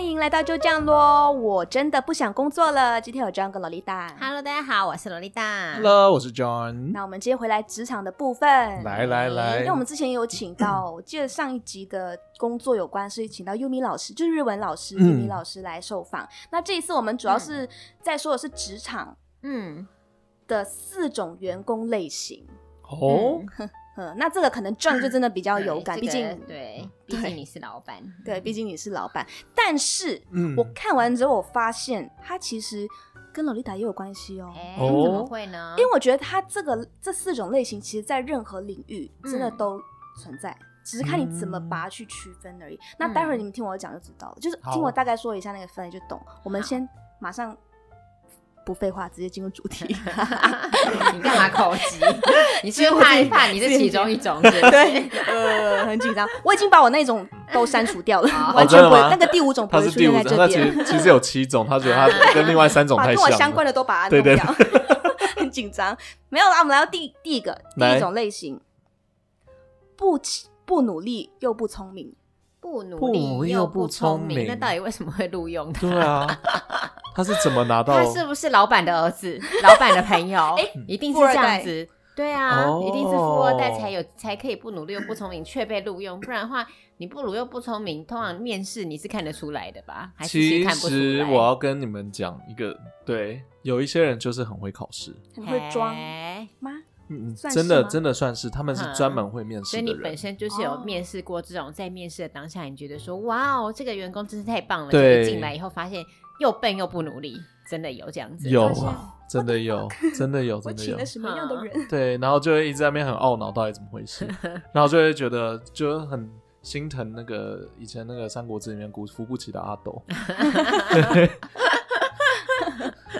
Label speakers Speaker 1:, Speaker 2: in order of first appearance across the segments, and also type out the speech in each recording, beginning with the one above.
Speaker 1: 迎来到就这样咯，我真的不想工作了。今天有这样跟萝莉达。
Speaker 2: Hello，大家好，我是萝莉大。
Speaker 3: Hello，我是 John。
Speaker 1: 那我们今天回来职场的部分，
Speaker 3: 来来
Speaker 1: 因
Speaker 3: 来
Speaker 1: 为我，们之前有请到，我记得上一集的工作有关是请到优米老师，就是日文老师优
Speaker 3: 嗯
Speaker 1: 米老师来受访。那这一次我们主要是在说的是职场
Speaker 2: 嗯，
Speaker 1: 的四种员工类型。
Speaker 3: 哦，
Speaker 1: 嗯，那这个可能 John 就真的比较有感，
Speaker 2: 对
Speaker 1: 毕
Speaker 2: 这个
Speaker 1: 竟
Speaker 2: 对，毕
Speaker 1: 对
Speaker 2: 竟你是老板，
Speaker 1: 对，毕竟你是老板。但是
Speaker 3: 嗯
Speaker 1: 我看完之后，我发现他其实跟洛丽塔也有关系哦。
Speaker 2: 哎，
Speaker 3: 哦
Speaker 2: 怎么会呢？
Speaker 1: 因为我觉得它这个这四种类型，其实在任何领域真的
Speaker 2: 嗯
Speaker 1: 都存在，只是看你怎么把它去区分而已。那待
Speaker 2: 嗯
Speaker 1: 会儿你们听我讲就知道了，就是
Speaker 3: 好
Speaker 1: 听我大概说一下那个分类就懂。我们
Speaker 2: 哦好
Speaker 1: 先马上不废话，直接进入主 题。啊
Speaker 2: 你干嘛 口急？你是不是怕怕你是其中一种是不哎
Speaker 1: 对，
Speaker 2: 是？
Speaker 1: 呃，很紧张，我已经把我那种都删除掉了，
Speaker 2: 好
Speaker 1: 完全不会
Speaker 3: 哦真的吗
Speaker 1: 那个第五种不
Speaker 3: 他
Speaker 1: 会
Speaker 3: 是
Speaker 1: 出
Speaker 3: 第
Speaker 1: 现
Speaker 3: 五
Speaker 1: 在
Speaker 3: 种，
Speaker 1: 这
Speaker 3: 他其
Speaker 1: 边。
Speaker 3: 实其实有七种，他 觉得他跟另外三种
Speaker 1: 把
Speaker 3: 太
Speaker 1: 跟我相
Speaker 3: 像
Speaker 1: 关
Speaker 3: 了。
Speaker 1: 的都把它弄
Speaker 3: 对对
Speaker 1: 掉，很紧张。 没有啦，我们来到第第一个第
Speaker 3: 来
Speaker 1: 一种类型，不起不努力又不聪明，
Speaker 2: 不努
Speaker 3: 不努
Speaker 2: 力
Speaker 3: 力
Speaker 2: 又
Speaker 3: 又
Speaker 2: 不
Speaker 3: 不
Speaker 2: 聪
Speaker 3: 聪
Speaker 2: 明，
Speaker 3: 明
Speaker 2: 那到底为什么会录用他？
Speaker 3: 对啊， 他是怎么拿到
Speaker 2: 他？是不是老板的儿子、老板的 朋友？
Speaker 1: 哎
Speaker 2: 一定是这样子。对啊，
Speaker 3: 哦
Speaker 2: 一定是富二代才有，才可以不努力又不聪明却被录用，不然的话，你不努力又不聪明，通常面试你是看得出来的吧？还是
Speaker 3: 其
Speaker 2: 看不出
Speaker 3: 实
Speaker 2: 来
Speaker 3: 我要跟你们讲一个，对，有一些人就是很会考试，
Speaker 1: 很会装
Speaker 2: 哎
Speaker 1: 吗？
Speaker 3: 嗯，
Speaker 1: 算是
Speaker 3: 真的
Speaker 1: 吗
Speaker 3: 真的算是，他们是专门会面
Speaker 2: 嗯所
Speaker 3: 试
Speaker 2: 以
Speaker 3: 的
Speaker 2: 你本
Speaker 3: 人。
Speaker 2: 身就是有
Speaker 1: 哦
Speaker 2: 面试过这种，在面试的当下，你觉得说，哇哦，这个员工真是太棒了。
Speaker 3: 对
Speaker 2: 结果进来以后发现又笨又不努力，真的有这样子。
Speaker 3: 有
Speaker 1: 发现
Speaker 3: 啊，真 的有，真的有，
Speaker 1: 我
Speaker 3: 真的
Speaker 1: 请
Speaker 3: 有
Speaker 1: 了。什么样的人？
Speaker 3: 对，然后就会一直在那边很懊恼，到底怎么 回事，然后就会觉得就很心疼那个以前那个《三国志》里面扶扶不起的阿斗， 对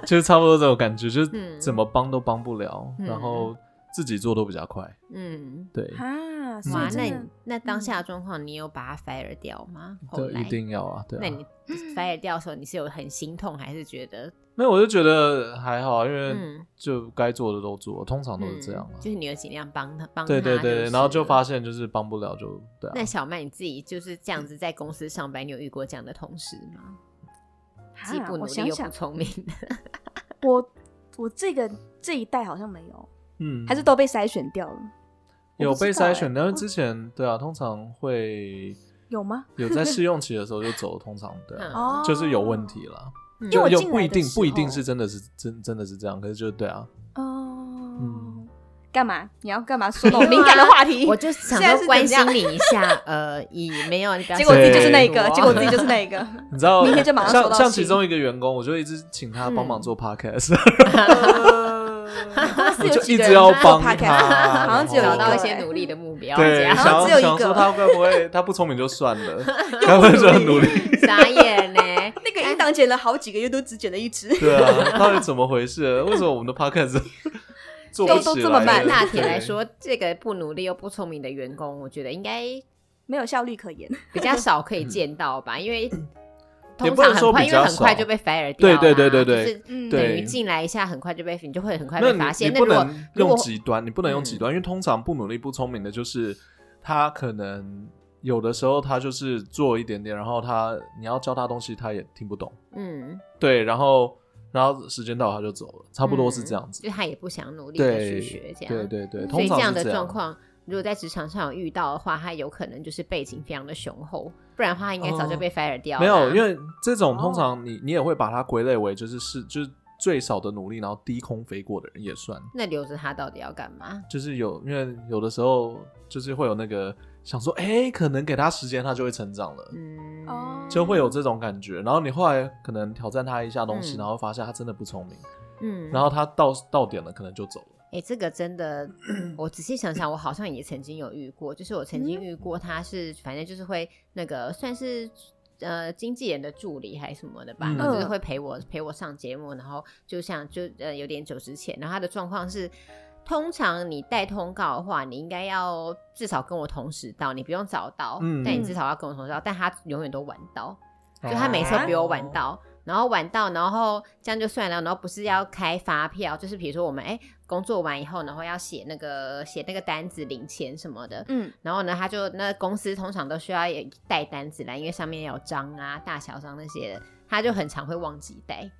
Speaker 3: 就是差不多这种感觉，就
Speaker 2: 嗯
Speaker 3: 是怎么帮都帮不了，
Speaker 2: 嗯
Speaker 3: 然后自己做都比较快，
Speaker 2: 嗯，
Speaker 3: 对，
Speaker 1: 啊，所
Speaker 2: 哇，
Speaker 1: 以
Speaker 2: 那
Speaker 1: 真的嗯
Speaker 2: 你那当下的状况，你有把他 fire 掉吗？后
Speaker 3: 对，
Speaker 2: 来
Speaker 3: 一。定要啊，对
Speaker 2: 那
Speaker 3: 啊
Speaker 2: 你 fire 掉的时候，你是有很心痛，还是觉得
Speaker 3: 没有，我就觉得还好啊，因为
Speaker 2: 嗯，
Speaker 3: 就该做的都做，通常都是这样啊
Speaker 2: 嗯，就是你有尽量帮他帮他，
Speaker 3: 对对
Speaker 2: 是不
Speaker 3: 对，
Speaker 2: 是
Speaker 3: 然后就发。现就是帮不了就对
Speaker 2: 那
Speaker 3: 啊，
Speaker 2: 小麦你自己就是这样子在公司上班，你有遇过这样的同事吗？既
Speaker 1: 啊
Speaker 2: 不努
Speaker 1: 我
Speaker 2: 力
Speaker 1: 想
Speaker 2: 又不
Speaker 1: 想，
Speaker 2: 聪明，
Speaker 1: 我我这个这一代好像没有，
Speaker 3: 嗯，
Speaker 1: 还是都被筛选掉了，
Speaker 3: 有
Speaker 1: 我不
Speaker 3: 被
Speaker 1: 知道
Speaker 3: 筛选，
Speaker 1: 欸
Speaker 3: 但是
Speaker 1: 我
Speaker 3: 之前对啊，通常会
Speaker 1: 有吗？
Speaker 3: 有在试用期的时候就 走，通常对
Speaker 2: 嗯
Speaker 3: 啊、
Speaker 1: 哦，
Speaker 3: 就是有问题。啦。
Speaker 2: 因
Speaker 1: 因为我
Speaker 3: 就
Speaker 1: 进
Speaker 3: 又不
Speaker 1: 来
Speaker 3: 一
Speaker 1: 的
Speaker 3: 定
Speaker 1: 时
Speaker 3: 不一定
Speaker 1: 候
Speaker 3: 是真的是真真的是这样，可是就对啊，
Speaker 1: 哦
Speaker 3: 嗯，
Speaker 1: 干嘛？你要干嘛？说 那种哦敏感的话题，
Speaker 2: 我就想
Speaker 1: 现在是
Speaker 2: 说
Speaker 1: 怎
Speaker 2: 关心
Speaker 1: 样
Speaker 2: 你一下， 呃，以没有，你不要
Speaker 1: 结果我自己就是那一
Speaker 2: 想
Speaker 1: 个
Speaker 2: 太，多
Speaker 1: 结果我自己就是那一个。
Speaker 3: 你知道，
Speaker 1: 嗯明天就马上收
Speaker 3: 像
Speaker 1: 到
Speaker 3: 像
Speaker 1: 信嗯
Speaker 3: 其中一个员工，我就一直请他帮忙 做 podcast，、
Speaker 1: 我
Speaker 3: 我就一直要 帮他，
Speaker 1: 呃好像只有
Speaker 3: 然
Speaker 2: 找
Speaker 3: 后
Speaker 1: 一个
Speaker 2: 到一些努力的目标，这
Speaker 3: 对，
Speaker 2: 样
Speaker 1: 好像
Speaker 3: 想
Speaker 1: 只有一
Speaker 3: 想
Speaker 1: 个
Speaker 3: 说他会不会他不聪明就 算了，他会就很努力，
Speaker 2: 傻眼 呢。
Speaker 3: 哎
Speaker 1: 那个音档剪了好几个月，都只剪了一支。
Speaker 3: 对啊，到底怎么回事？为什么我们的 podcast 做不
Speaker 1: 都
Speaker 3: 起
Speaker 1: 都这么
Speaker 3: 来
Speaker 1: 慢
Speaker 3: 了
Speaker 2: 大体来
Speaker 3: 对
Speaker 2: 说，这个不努力又不聪明的员工，我觉得应该
Speaker 1: 没有效率可言，
Speaker 2: 比较少可以见到吧，因为
Speaker 3: 嗯也
Speaker 2: 通
Speaker 3: 不
Speaker 2: 常
Speaker 3: 能
Speaker 2: 很
Speaker 3: 说
Speaker 2: 快，
Speaker 3: 比
Speaker 2: 因为
Speaker 3: 较
Speaker 2: 很快
Speaker 3: 少，
Speaker 2: 就被 fire 掉啦，啊
Speaker 3: 对对
Speaker 2: 就
Speaker 3: 对对对
Speaker 2: 是
Speaker 1: 嗯，
Speaker 2: 等于
Speaker 3: 对
Speaker 2: 进来一下，很快就被你就会很快
Speaker 3: 那
Speaker 2: 被
Speaker 3: 你
Speaker 2: 发现。
Speaker 3: 你
Speaker 2: 那
Speaker 3: 不
Speaker 2: 如果
Speaker 3: 能
Speaker 2: 如
Speaker 3: 用
Speaker 2: 果
Speaker 3: 极端，你不能用极
Speaker 2: 嗯
Speaker 3: 端，因为通常不努力、不聪明的，就是他可能呃有的时候他就是做一点点，然后他你要教他东西，他也听不懂，
Speaker 2: 嗯，
Speaker 3: 对，然后然后时间到了他就走了，差不多是这样子。
Speaker 2: 就他也不想努力的去
Speaker 3: 对
Speaker 2: 学这样，
Speaker 3: 对对对，
Speaker 2: 所
Speaker 3: 通
Speaker 2: 以这
Speaker 3: 常是
Speaker 2: 样的状况，如果在职场上有遇到的话，他有可能就是背景非常的雄厚，不然的话他应该早就被 fire 掉了、
Speaker 3: 哦
Speaker 2: 啊
Speaker 3: 没有，因为这种通
Speaker 2: 哦
Speaker 3: 常你你也会把它归类为就是是就是最少的努力，然后低空飞过的人也算。
Speaker 2: 那留着他到底要干嘛？
Speaker 3: 就是有，因为有的时候就是会有那个想说，哎、可能给他时间，他就会成长了，
Speaker 2: 嗯，
Speaker 1: 哦
Speaker 3: 就会有这种感觉。然后你后来可能挑战他一下东
Speaker 2: 嗯
Speaker 3: 西，然后发现他真的不聪明，
Speaker 2: 嗯，
Speaker 3: 然后他到到点了，可能就走了。
Speaker 2: 哎、这个真的， 我仔细想想，我好像也曾经有遇过，就是我曾
Speaker 3: 嗯
Speaker 2: 经遇过，他是、反正就是会那个算是。呃，经纪人的助理还是什么的吧，
Speaker 3: 嗯
Speaker 2: 然后就是会陪我陪我上节目，然后就像就呃有点久之前，然后他的状况是，通常你带通告的话，你应该要至少跟我同时到，你不用早到，
Speaker 3: 嗯啊
Speaker 2: 但你至少要跟我同时到，但他永远都晚到，就他每次都比我晚到，然后晚到，然后这样就算了，然后不是要开发票，就是比如说我们哎工作完以后，然后要写那个写那个单子领钱什么的，
Speaker 1: 嗯，
Speaker 2: 然后呢，他就那公司通常都需要有带单子来，因为上面有章啊、大小章那些的，他就很常会忘记带，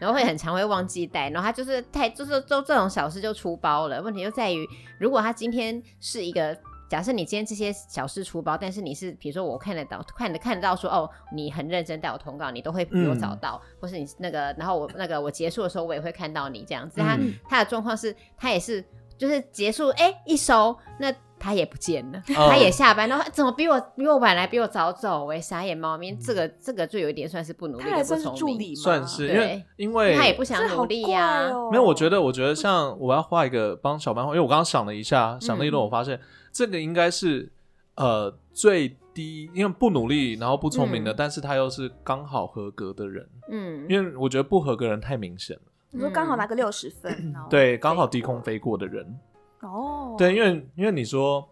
Speaker 2: 然后会很常会忘记带，然后他就是太就是就这种小事就出包了。问题就在于，如果他今天是一个。假设你今天这些小事出包，但是你是比如说我看得到，看得看得到说哦，你很认真带我通告，你都会比我早到，或是你那个，然后我那个我结束的时候我也会看到你这样子。他、
Speaker 3: 嗯
Speaker 2: 他的状况是，他也是就是结束哎、一收，那他也不见 了，
Speaker 3: 哦
Speaker 2: 他也下班了，怎么比我比我晚来，比我早走？哎，傻眼猫咪，这个这个就有一点算是不努力
Speaker 1: 他
Speaker 2: 的
Speaker 1: 还
Speaker 2: 不
Speaker 1: 算是
Speaker 2: 聪
Speaker 1: 助
Speaker 2: 明，
Speaker 1: 理吗？
Speaker 3: 算是因为因为
Speaker 2: 他也不
Speaker 1: 这
Speaker 2: 想
Speaker 1: 好
Speaker 2: 努
Speaker 1: 怪
Speaker 2: 力呀、
Speaker 1: 哦。
Speaker 3: 没有，我觉得，我觉得像我要画一个帮小班画，因为我刚刚想了一下，想了一轮，
Speaker 2: 嗯
Speaker 3: 我发现、这个应该是呃最低，因为不努力，然后不聪明的，
Speaker 2: 嗯
Speaker 3: 但是他又是刚好合格的人，
Speaker 2: 嗯，
Speaker 3: 因为我觉得不合格的人太明显了，
Speaker 1: 你说刚好拿个六十分，然后
Speaker 3: 嗯对，刚好低空飞过的人，
Speaker 1: 哦，
Speaker 3: 对，因为因为你说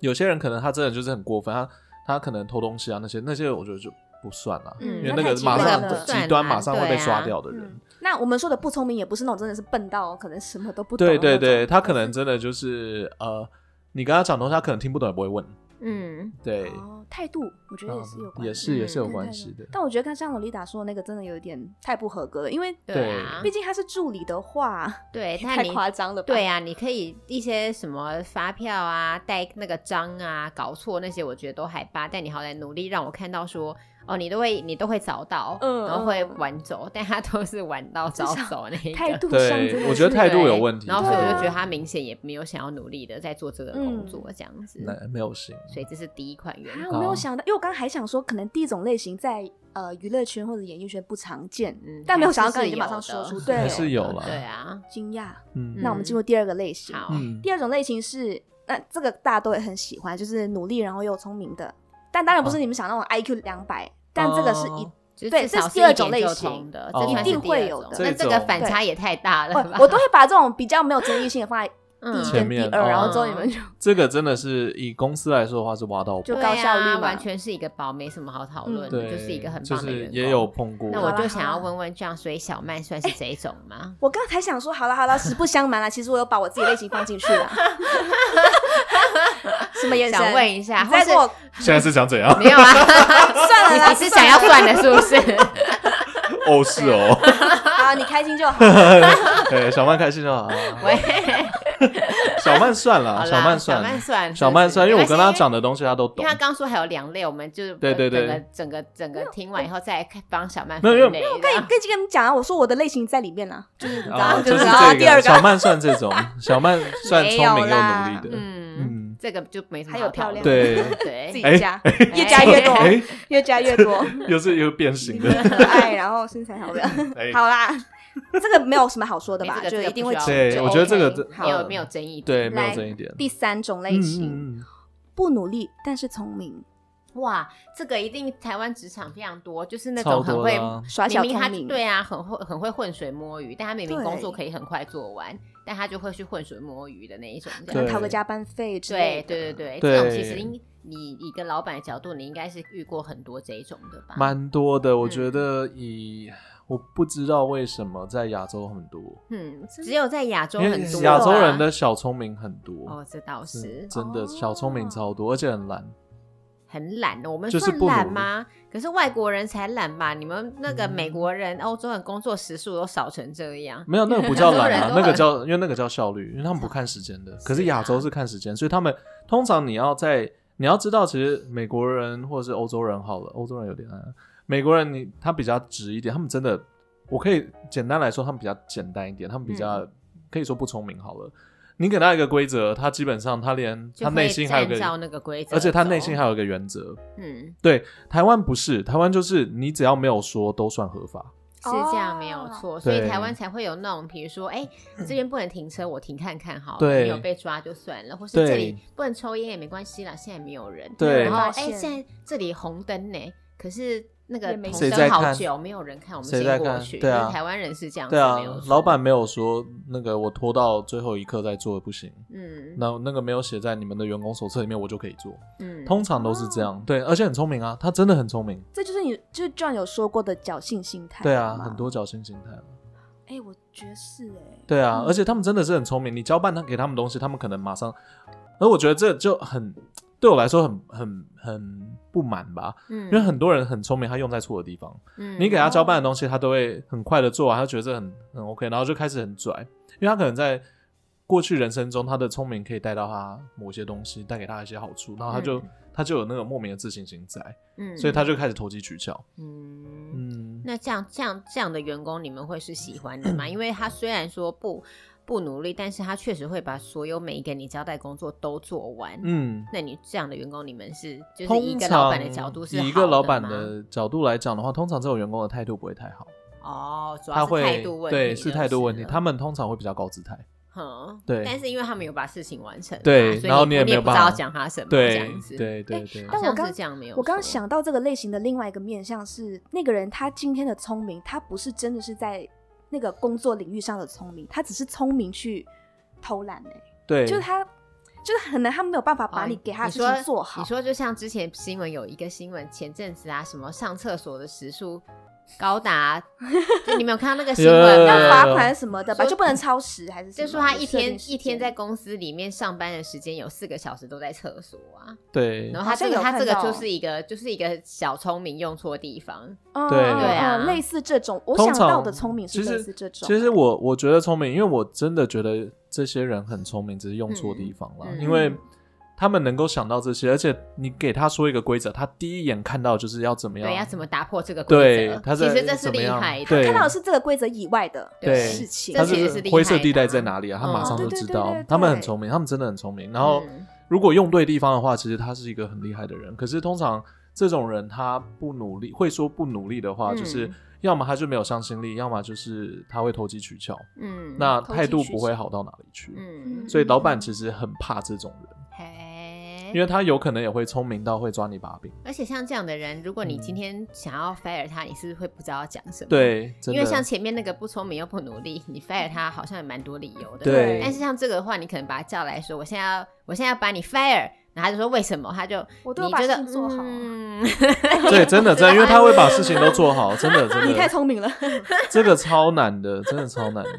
Speaker 3: 有些人可能他真的就是很过分，他他可能偷东西啊那些那些，我觉得就不算了、
Speaker 2: 嗯
Speaker 3: 因为
Speaker 1: 那
Speaker 3: 那
Speaker 1: 太
Speaker 3: 个
Speaker 1: 极
Speaker 3: 马
Speaker 1: 端
Speaker 3: 上
Speaker 1: 了
Speaker 3: 极端，马上会被
Speaker 2: 对啊
Speaker 3: 刷掉的人。
Speaker 1: 嗯，那我们说的不聪明，也不是那种真的是笨到可能什么都不懂的
Speaker 3: 对
Speaker 1: 那种。
Speaker 3: 对对，他可
Speaker 1: 而
Speaker 3: 能真的就是呃，你跟他讲东西，他可能听不懂也不会问。
Speaker 2: 嗯，
Speaker 3: 对
Speaker 1: 是，哦，态度我觉得也是有
Speaker 3: 嗯
Speaker 1: 关
Speaker 3: 也
Speaker 1: 系，
Speaker 3: 是也是有
Speaker 1: 对
Speaker 3: 关
Speaker 1: 对
Speaker 3: 系
Speaker 1: 对
Speaker 3: 的。
Speaker 1: 但我觉得刚像罗丽达说的那个，真的有一点太不合格了，因为
Speaker 2: 对啊
Speaker 1: 毕，竟他是助理的话，
Speaker 2: 对，那
Speaker 1: 太
Speaker 2: 你
Speaker 1: 夸张了吧？
Speaker 2: 对啊，你可以一些什么发票啊、带那个章啊、搞错那些，我觉得都还罢。但你好歹努力让我看到说，哦，你都会你都会早到，
Speaker 1: 嗯
Speaker 2: 然后会
Speaker 1: 嗯
Speaker 2: 晚走，但他都是晚到早
Speaker 1: 至少
Speaker 2: 走那一个。
Speaker 1: 态度上真的
Speaker 3: 对，我觉得
Speaker 1: 是
Speaker 3: 态度有问题。
Speaker 2: 然后所以我就觉
Speaker 1: 对
Speaker 2: 得
Speaker 1: 啊
Speaker 2: 他明显也没有想要努力的在做这个工作这样子，
Speaker 3: 那没有行。
Speaker 2: 所以这是第一款员
Speaker 1: 啊，
Speaker 2: 工。
Speaker 1: 我没有
Speaker 3: 哦
Speaker 1: 想到，因为我刚刚还想说，可能第一种类型在呃娱乐圈或者演艺圈不常见，
Speaker 2: 嗯
Speaker 1: 但没有
Speaker 2: 还是
Speaker 1: 想到刚才
Speaker 2: 是
Speaker 1: 就马
Speaker 2: 有
Speaker 1: 上
Speaker 2: 的
Speaker 1: 说出，
Speaker 3: 还
Speaker 1: 对，
Speaker 3: 是有啦
Speaker 2: 对啊，
Speaker 1: 惊讶。
Speaker 3: 嗯
Speaker 1: 那我们进入第二个类型，
Speaker 2: 好，
Speaker 3: 嗯
Speaker 1: 第二种类型是，那这个大家都也很喜欢，就是努力然后又聪明的，但当然
Speaker 2: 哦
Speaker 1: 不是你们想那种 IQ 两百，但这个是一
Speaker 3: 哦
Speaker 2: 就是
Speaker 1: 对
Speaker 2: 至
Speaker 1: 这
Speaker 2: 少
Speaker 1: 是第二
Speaker 2: 一
Speaker 1: 种
Speaker 2: 点
Speaker 1: 类
Speaker 2: 就
Speaker 1: 型
Speaker 2: 通的，
Speaker 3: 哦
Speaker 2: 这算是
Speaker 3: 一定
Speaker 2: 第
Speaker 1: 会
Speaker 2: 二
Speaker 1: 有
Speaker 2: 种
Speaker 1: 的
Speaker 2: 那这个反
Speaker 1: 这
Speaker 2: 差也太大了吧
Speaker 1: 哦我？我都会把这种比较没有争议性的放在第一
Speaker 2: 哦嗯
Speaker 3: 前
Speaker 1: 跟第
Speaker 3: 面
Speaker 1: 二，
Speaker 3: 哦
Speaker 1: 然后之后你们就
Speaker 3: 这个真的是以公司来说的话是挖到宝
Speaker 1: 就
Speaker 2: 对
Speaker 1: 高效率
Speaker 2: 啊
Speaker 1: 嘛嗯
Speaker 2: 完全是一个宝，没什么好讨论的，
Speaker 3: 对，
Speaker 2: 就是一个很
Speaker 3: 就
Speaker 2: 棒的
Speaker 3: 是
Speaker 2: 员
Speaker 3: 也
Speaker 2: 工
Speaker 3: 有。碰过。
Speaker 2: 那我
Speaker 1: 好
Speaker 2: 就
Speaker 1: 啦
Speaker 2: 想
Speaker 1: 好
Speaker 2: 要
Speaker 1: 啦
Speaker 2: 问问这样，所以小曼算
Speaker 1: 哎？
Speaker 2: 是这一种吗
Speaker 1: 我刚才想说，好了好了，实不相瞒啦，其实我有把我自己类型放进去 了。什么眼神？
Speaker 2: 想问一下，
Speaker 1: 你
Speaker 2: 或
Speaker 1: 再
Speaker 2: 是
Speaker 1: 给我
Speaker 3: 现在是想怎样？
Speaker 2: 没有 啊？
Speaker 1: 算了啦，
Speaker 2: 你是想要
Speaker 1: 算
Speaker 2: 算的，是不是？
Speaker 3: 哦，是哦。
Speaker 1: 了好，你开心就好。
Speaker 3: 对，小曼开心就好。
Speaker 2: 喂，
Speaker 3: 小曼算了，
Speaker 2: 好
Speaker 3: 啊小
Speaker 2: 啦，
Speaker 3: 曼
Speaker 2: 小曼
Speaker 3: 算，
Speaker 2: 算，
Speaker 3: 小曼算，因为我跟
Speaker 2: 他
Speaker 3: 她讲的东西她都
Speaker 2: 因
Speaker 3: 懂
Speaker 2: 为他。刚说还有两类，我们就是
Speaker 3: 对对对
Speaker 2: 整个整个整个听完以后再看帮小曼
Speaker 3: 没有因为
Speaker 2: 分类。
Speaker 1: 我跟你跟跟你讲啊，我说我的类型在里面啦，就是你知道，
Speaker 3: 啊，就是
Speaker 1: 是啊
Speaker 3: 这
Speaker 1: 第二
Speaker 3: 个，小
Speaker 1: 个，
Speaker 3: 曼算这种，小曼算
Speaker 1: 没
Speaker 3: 聪
Speaker 1: 有
Speaker 3: 明又
Speaker 1: 啦
Speaker 3: 努力的。
Speaker 2: 嗯，
Speaker 3: 嗯，
Speaker 2: 这个就没什么
Speaker 1: 还有
Speaker 2: 好讨
Speaker 1: 漂亮
Speaker 2: 论。
Speaker 3: 对
Speaker 1: 自
Speaker 2: 对，
Speaker 1: 己加，越加越多，
Speaker 3: 哎，
Speaker 1: 越加越多，
Speaker 2: 哎
Speaker 3: 又是又变形的。
Speaker 1: 可爱，然后身材好的，
Speaker 3: 哎
Speaker 1: 好啦，这个没有什么好说的
Speaker 2: 没
Speaker 1: 吧
Speaker 2: 哎这，个
Speaker 1: 就
Speaker 2: 这个
Speaker 1: 一定
Speaker 2: 不
Speaker 1: 会
Speaker 2: 需要
Speaker 1: 知
Speaker 3: 对
Speaker 1: 就
Speaker 3: 我觉得这个
Speaker 1: OK
Speaker 3: 真
Speaker 2: 没
Speaker 1: 好
Speaker 2: 有没有争议。
Speaker 3: 对，没
Speaker 1: 来
Speaker 3: 有这一点。
Speaker 1: 第三种类型，
Speaker 3: 嗯嗯嗯
Speaker 1: 不努力但是聪明，
Speaker 2: 哇，这个一定台湾职场非常多，就是那
Speaker 3: 超
Speaker 2: 种很
Speaker 3: 多
Speaker 2: 会
Speaker 3: 的啊
Speaker 1: 耍小
Speaker 2: 明明
Speaker 1: 聪
Speaker 2: 他
Speaker 1: 明，
Speaker 2: 对啊，很会很会浑水摸鱼，但他明明
Speaker 1: 对
Speaker 2: 工作可以很快做完，但他就会去浑水摸鱼的那一种。这
Speaker 1: 可
Speaker 2: 样
Speaker 1: 能
Speaker 3: 对
Speaker 1: 讨个加班费之类的。
Speaker 2: 对对对对，
Speaker 3: 对
Speaker 2: 这种其实应你以一个老板的角度，你应该是遇过很多这一种的吧？
Speaker 3: 蛮多的，我
Speaker 2: 嗯
Speaker 3: 觉得以我不知道为什么在亚洲很多，
Speaker 2: 嗯，只有在亚洲
Speaker 3: 因
Speaker 2: 很
Speaker 3: 为
Speaker 2: 多
Speaker 3: 亚洲
Speaker 2: 啊
Speaker 3: 人的小聪明很多
Speaker 2: 哦，，这倒是
Speaker 3: 嗯真的
Speaker 1: 哦
Speaker 3: 小聪明超多，而且很懒。
Speaker 2: 很懒哦的。我们
Speaker 3: 就是
Speaker 2: 算
Speaker 3: 不努
Speaker 2: 懒
Speaker 3: 力
Speaker 2: 吗？可是外国人才懒吧？你们那个
Speaker 3: 嗯
Speaker 2: 美国人、欧洲人工作时数都少成这样，
Speaker 3: 没有 那个不叫懒
Speaker 2: 亚洲人
Speaker 3: 啊，
Speaker 2: 都啊
Speaker 3: 那
Speaker 2: 很
Speaker 3: 个叫因为那个叫效率，因为他们不看时间的。可是亚洲是看时间，所以他们通常你要在你要知道，其实美国人或者是欧洲人好了，欧洲人有点难，美国人你他比较直一点，他们真的我可以简单来说，他们比较简单一点，他们比较、
Speaker 2: 嗯
Speaker 3: 可以说不聪明好了。你给他一个规则，他基本上他连
Speaker 2: 就
Speaker 3: 他
Speaker 2: 会
Speaker 3: 内心还有
Speaker 2: 按照
Speaker 3: 个，
Speaker 2: 那个规则走，
Speaker 3: 而且他内心还有一个原则。
Speaker 2: 嗯
Speaker 3: 台湾不是，台湾就是你只要没有说都算合法。
Speaker 2: 是这样没
Speaker 1: 哦
Speaker 2: 有错，所以台湾才会有那种，比如说，哎、这边不能停车，我停看看好了，
Speaker 3: 对
Speaker 2: 没有被抓就算了，或是
Speaker 3: 对
Speaker 2: 这里不能抽烟也没关系啦，现在没有人，
Speaker 3: 对
Speaker 2: 然后
Speaker 1: 发
Speaker 2: 哎、
Speaker 1: 现
Speaker 2: 现在这里红灯呢、可是那个
Speaker 1: 也没
Speaker 2: 红
Speaker 3: 谁
Speaker 2: 灯
Speaker 3: 在
Speaker 2: 好
Speaker 3: 看
Speaker 2: 久没有人看，我们
Speaker 3: 谁
Speaker 2: 先
Speaker 3: 在
Speaker 2: 过
Speaker 3: 看
Speaker 2: 去。
Speaker 3: 对啊
Speaker 2: 就是台湾人是这样子，
Speaker 3: 对啊
Speaker 2: 没有，错
Speaker 3: 老板，没有说那个我拖到最后一刻再做不行，
Speaker 2: 嗯
Speaker 3: 那那个没有写在你们的员工手册里面，我就可以做。
Speaker 2: 嗯，
Speaker 3: 通常都是这样，对，而且很聪明啊，他真的很聪明，
Speaker 1: 这就是你就是 John 有说过的侥幸心态。
Speaker 3: 对啊，
Speaker 1: 吗
Speaker 3: 很。多侥幸心态嘛
Speaker 1: 哎、我觉得是哎、
Speaker 3: 对啊，
Speaker 1: 嗯
Speaker 3: 而且他们真的是很聪明，你交办他给他们东西，他们可能马上，而我觉得这就很对我来说很很很不满吧，
Speaker 2: 嗯
Speaker 3: 因为很多人很聪明，他用在错的地方，
Speaker 2: 嗯
Speaker 3: 你给他交办的东西，他都会很快的做啊完，他觉得这很很 OK，然后就开始很拽，因为他可能在过去人生中，他的聪明可以带到他某些东西，带给他一些好处，然后他就、
Speaker 2: 嗯
Speaker 3: 他就有那个莫名的自信心在，
Speaker 2: 嗯
Speaker 3: 所以他就开始投机取巧。
Speaker 2: 嗯。
Speaker 3: 嗯，
Speaker 2: 那这样这样这样的员工，你们会是喜欢的吗？因为他虽然说不不努力，但是他确实会把所有每一个你交代工作都做完。
Speaker 3: 嗯，
Speaker 2: 那你这样的员工，你们是就是以一
Speaker 3: 通
Speaker 2: 个
Speaker 3: 常
Speaker 2: 老板的角度是
Speaker 3: 以一
Speaker 2: 好
Speaker 3: 个老板
Speaker 2: 吗
Speaker 3: 的角度来讲的话，通常这种员工的态度不会太好，
Speaker 2: 哦，主
Speaker 3: 他
Speaker 2: 要
Speaker 3: 会
Speaker 2: 是态度问题，
Speaker 3: 对是态度问题，
Speaker 2: 就是了
Speaker 3: 他们通常会比较高姿态。
Speaker 2: 嗯，
Speaker 3: 对
Speaker 2: 但是因为他们有把事情完成嘛，
Speaker 3: 对
Speaker 2: 所以
Speaker 3: 然后
Speaker 2: 你
Speaker 3: 你也没有
Speaker 2: 不知
Speaker 3: 办
Speaker 2: 道
Speaker 3: 法
Speaker 2: 讲他什么这
Speaker 3: 对
Speaker 2: 样子，
Speaker 3: 对对
Speaker 1: 哎
Speaker 3: 对，
Speaker 2: 好
Speaker 1: 但我
Speaker 2: 像
Speaker 1: 刚
Speaker 2: 是这样没有错，
Speaker 1: 我刚想到这个类型的另外一个面向是，那个人他今天的聪明，他不是真的是在那个工作领域上的聪明，他只是聪明去偷懒哎、
Speaker 3: 对，
Speaker 1: 就是他就是可能他没有办法
Speaker 2: 哦
Speaker 1: 把你给他的
Speaker 2: 你
Speaker 1: 事
Speaker 2: 说
Speaker 1: 情做好。
Speaker 2: 你说就像之前新闻有一个新闻，前阵子啊，什么上厕所的时数 高达，就你没有看到那个新 闻
Speaker 3: 有有有
Speaker 1: 要
Speaker 3: 有
Speaker 2: 吗？
Speaker 1: 罚款什么的吧，
Speaker 2: 说
Speaker 1: 就不能超时还是什
Speaker 2: 就
Speaker 1: 么？
Speaker 2: 说他一
Speaker 1: 设定
Speaker 2: 天
Speaker 1: 时间
Speaker 2: 一天在公司里面上班的时间有四个小时都在厕所啊，
Speaker 3: 对
Speaker 2: 然后他这
Speaker 1: 好像
Speaker 2: 个
Speaker 1: 有
Speaker 2: 他这个
Speaker 1: 看到哦
Speaker 2: 就是一个就是一个小聪明用错地方，
Speaker 1: 嗯
Speaker 3: 对
Speaker 1: 嗯
Speaker 2: 对啊
Speaker 1: 嗯类似这种，我
Speaker 3: 通
Speaker 1: 想
Speaker 3: 常
Speaker 1: 到的聪明是
Speaker 3: 其实
Speaker 1: 类似这种。
Speaker 3: 其实我我觉得聪明，因为我真的觉得这些人很聪明，只是用错地方了。
Speaker 2: 嗯嗯
Speaker 3: 因为他们能够想到这些，而且你给他说一个规则，他第一眼看到就是要怎么样。
Speaker 2: 对，要怎么打破这个规
Speaker 3: 对
Speaker 2: 则？
Speaker 3: 他
Speaker 2: 其
Speaker 3: 在
Speaker 2: 实这是
Speaker 3: 怎么
Speaker 2: 厉
Speaker 3: 样
Speaker 2: 害的，
Speaker 3: 对
Speaker 1: 看到的是这个规则以外的
Speaker 2: 对
Speaker 1: 事情，
Speaker 3: 他
Speaker 2: 这其实是
Speaker 3: 是
Speaker 2: 厉害
Speaker 3: 灰色
Speaker 2: 的
Speaker 3: 地带
Speaker 2: 啊
Speaker 3: 在哪里啊？他
Speaker 2: 嗯
Speaker 3: 马上就知道
Speaker 1: 对对对对。对
Speaker 3: 他们很聪明，他们真的很聪明。然后
Speaker 2: 嗯
Speaker 3: 如果用对地方的话，其实他是一个很厉害的人。可是通常这种人他不努力，会说不努力的话，
Speaker 2: 嗯
Speaker 3: 就是要么他就没有向心力，要么就是他会投机取巧，
Speaker 2: 嗯
Speaker 3: 那
Speaker 1: 投机
Speaker 3: 态度
Speaker 1: 取
Speaker 3: 不会
Speaker 1: 巧
Speaker 3: 好到哪里去。
Speaker 2: 嗯
Speaker 3: 所以老板其实很怕这种人，
Speaker 2: 嘿，
Speaker 3: 因为他有可能也会聪明到会抓你把柄。
Speaker 2: 而且像这样的人，如果你今天想要 fire 他，你是不是会不知道要讲什么？，
Speaker 3: 对，真
Speaker 2: 因为
Speaker 3: 的
Speaker 2: 像前面那个不聪明又不努力，你 fire 他好像也蛮多理由的。
Speaker 3: 对
Speaker 2: 但是像这个的话，你可能把他叫来说，我现在要，我现在要把你 fire，然后他就说为什么？他就
Speaker 1: 我都有
Speaker 2: 你
Speaker 1: 把
Speaker 2: 觉得
Speaker 1: 事情做好啊
Speaker 2: 嗯，
Speaker 3: 对，真 的真的，因为他会把事情都做好，真的真
Speaker 1: 你太
Speaker 3: 的，
Speaker 1: 聪明了
Speaker 3: 这个超难的，真的超难的。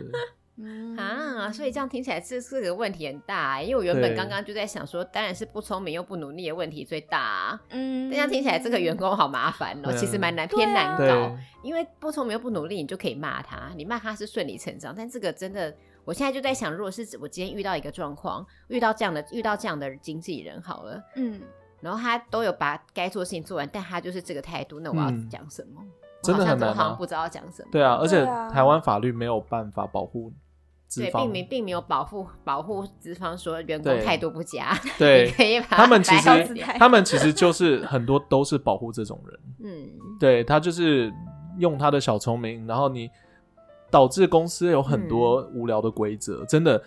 Speaker 2: 啊，所以这样听起来这这个问题很大、因为我原本
Speaker 3: 对
Speaker 2: 刚刚就在想说，当然是不聪明又不努力的问题最大、啊。
Speaker 1: 嗯
Speaker 2: 但这样听起来，这个员工好麻烦哦、
Speaker 3: 对啊
Speaker 2: 其实蛮难，偏难
Speaker 3: 对
Speaker 1: 啊
Speaker 2: 搞。因为不聪明又不努力，你就可以骂他，你骂他是顺理成章。但这个真的，我现在就在想，如果是我今天遇到一个状况，遇到这样的遇到这样的经纪人好了，
Speaker 1: 嗯，
Speaker 2: 然后他都有把该做的事情做完，但他就是这个态度，那我要
Speaker 3: 嗯
Speaker 2: 讲什么？
Speaker 3: 真的
Speaker 2: 我好像
Speaker 3: 很难啊
Speaker 2: 我好像不知道要讲什么。
Speaker 3: 对啊，而且
Speaker 1: 对啊
Speaker 3: 台湾法律没有办法保护资
Speaker 2: 对，
Speaker 3: 方
Speaker 2: 并，没并没有保护保护资方说员工
Speaker 3: 对
Speaker 2: 态度不佳， 你
Speaker 3: 对
Speaker 2: 可以把
Speaker 3: 他们其
Speaker 2: 摆好
Speaker 1: 姿
Speaker 3: 实
Speaker 1: 态
Speaker 3: 他们其实就是很多都是保护这种人，
Speaker 2: 嗯
Speaker 3: 对他就是用他的小聪明，然后你导致公司有很多
Speaker 2: 嗯
Speaker 3: 无聊的规则，真的。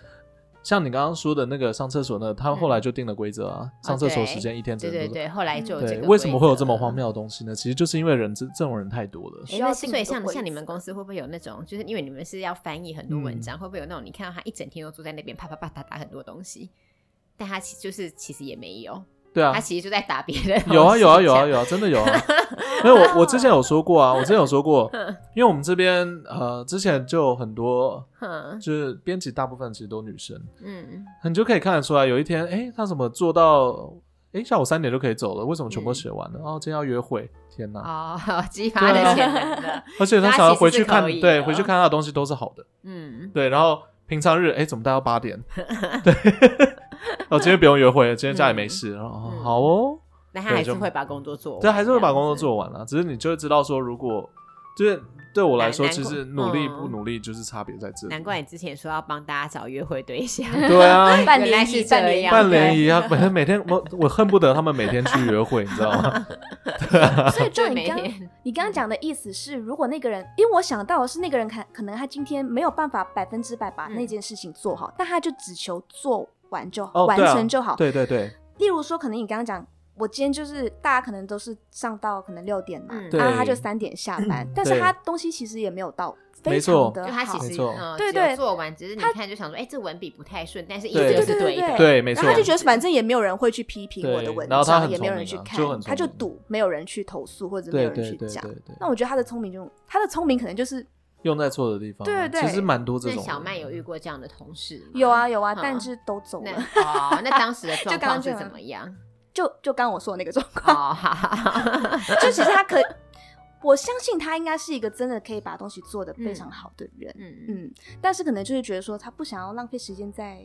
Speaker 3: 像你刚刚说的那个上厕所呢，他后来就定了规则啊，上厕所时间一天
Speaker 2: 嗯
Speaker 3: 只
Speaker 2: 哦对
Speaker 3: 能
Speaker 2: 对
Speaker 3: 多
Speaker 2: 对，后来就有
Speaker 3: 对
Speaker 2: 这个
Speaker 3: 为什么会有这么
Speaker 2: 规则哎
Speaker 3: 荒谬的东西呢？其实就是因为人这这种人太多了。
Speaker 2: 诶
Speaker 1: 需要
Speaker 2: 那
Speaker 1: 定
Speaker 2: 所以
Speaker 1: 一个
Speaker 2: 像
Speaker 1: 规
Speaker 2: 像你们
Speaker 1: 则
Speaker 2: 公司会不会有那种，就是因为你们是要翻译很多文
Speaker 3: 嗯
Speaker 2: 章，会不会有那种你看到他一整天都坐在那边啪啪啪打打很多东西，但他其就是其实也没有，
Speaker 3: 对啊
Speaker 2: 他，其实就在打别的东西。
Speaker 3: 有啊有啊有
Speaker 2: 这
Speaker 3: 啊
Speaker 2: 样，
Speaker 3: 有啊，真的 有啊。没有我我之前有说过啊，我之前有说过，
Speaker 2: 嗯
Speaker 3: 因为我们这边呃之前就有很多
Speaker 2: 哼
Speaker 3: 就是编辑大部分其实都女生，
Speaker 2: 嗯
Speaker 3: 你就可以看得出来，有一天哎他怎么做到哎下午三点就可以走了，为什么全部
Speaker 2: 嗯
Speaker 3: 都写完了？哦今天要约会，天哪！
Speaker 2: 哦，激发他的
Speaker 3: 啊对
Speaker 2: 潜能的，
Speaker 3: 而且他
Speaker 2: 那
Speaker 3: 想要
Speaker 2: 其实
Speaker 3: 回
Speaker 2: 是
Speaker 3: 去看
Speaker 2: 可以，
Speaker 3: 对，
Speaker 2: 的
Speaker 3: 回去看他的东西都是好的。
Speaker 2: 嗯，
Speaker 3: 对，然后平常日哎，怎么待到八点？ 对，哦，今天不用约会了，今天家里没事。然后哦
Speaker 2: 嗯
Speaker 3: 好哦，
Speaker 2: 那他
Speaker 3: 对
Speaker 2: 还是
Speaker 3: 就
Speaker 2: 会把工作做完，
Speaker 3: 对，还是会把
Speaker 2: 这样
Speaker 3: 工作
Speaker 2: 子。
Speaker 3: 做完了，只是你就会知道说，如果就是对我来说，
Speaker 2: 难
Speaker 3: 其实
Speaker 2: 难过
Speaker 3: 努力
Speaker 2: 嗯
Speaker 3: 不努力就是差别在这里。
Speaker 2: 难怪你之前说要帮大家找约会对象，
Speaker 3: 对啊，
Speaker 1: 半
Speaker 2: 原来
Speaker 1: 年
Speaker 2: 是
Speaker 1: 一
Speaker 2: 这
Speaker 1: 半年
Speaker 2: 样
Speaker 3: 半联
Speaker 2: 年
Speaker 3: 谊啊，每天每天我我恨不得他们每天去约会，你知 道吗？啊
Speaker 1: 所以就
Speaker 2: 就
Speaker 1: 你
Speaker 2: 每
Speaker 1: 刚
Speaker 2: 天
Speaker 1: 你刚刚讲的意思是，如果那个人，因为我想到的是那个人可可能他今天没有办法百分之百把
Speaker 2: 嗯
Speaker 1: 那件事情做好，但他就只求做完就好，
Speaker 3: 哦，
Speaker 1: 完
Speaker 3: 对啊
Speaker 1: 成就好。
Speaker 3: 对对对，
Speaker 1: 例如说，可能你刚刚讲我今天就是大家可能都是上到可能六点嘛，
Speaker 2: 嗯
Speaker 1: 然后
Speaker 3: 对
Speaker 1: 他就三点 下班，但是
Speaker 3: 对
Speaker 1: 他东西其实也没有到
Speaker 3: 没
Speaker 1: 非
Speaker 3: 错
Speaker 1: 常的
Speaker 2: 就他
Speaker 1: 好
Speaker 2: 其
Speaker 3: 没
Speaker 2: 实
Speaker 3: 错
Speaker 2: 嗯，
Speaker 1: 对
Speaker 2: 只有
Speaker 1: 对
Speaker 2: 做完只是你
Speaker 1: 他
Speaker 2: 看就想说，哎，这文笔不太顺，但是一
Speaker 3: 对
Speaker 2: 直是
Speaker 1: 对对
Speaker 2: 的。
Speaker 3: 对，没错
Speaker 1: 然后，他就觉得反正也没有人会去批评我的
Speaker 3: 对
Speaker 1: 文
Speaker 3: 然后他
Speaker 1: 章，
Speaker 3: 很
Speaker 1: 也没有
Speaker 3: 聪
Speaker 1: 人去
Speaker 3: 明啊
Speaker 1: 看，
Speaker 3: 就很
Speaker 1: 他就
Speaker 3: 聪明
Speaker 1: 赌没有人去投诉或者没
Speaker 3: 对
Speaker 1: 有人
Speaker 3: 对
Speaker 1: 去
Speaker 3: 对
Speaker 1: 讲。
Speaker 3: 对
Speaker 1: 那
Speaker 3: 对，
Speaker 1: 我觉得他的聪明就他的聪明可能就是
Speaker 3: 用在错的地方，啊
Speaker 1: 对对
Speaker 3: 其实蛮多这
Speaker 2: 那
Speaker 3: 种的。嗯
Speaker 2: 小曼有遇过这样的同事吗？
Speaker 1: 有啊有啊，
Speaker 2: 嗯
Speaker 1: 但是都走
Speaker 2: 那
Speaker 1: 了，
Speaker 2: 哦，那 当时的状
Speaker 1: 就刚
Speaker 2: 况
Speaker 1: 刚
Speaker 2: 是
Speaker 1: 这
Speaker 2: 怎
Speaker 1: 样
Speaker 2: 么样？
Speaker 1: 就就刚我说的那个 状况，
Speaker 2: 哦，好好 好，
Speaker 1: 就其实他可，我相信他应该是一个真的可以把东西做得非常好的人，
Speaker 2: 嗯嗯
Speaker 1: 嗯但是可能就是觉得说他不想要浪费时间在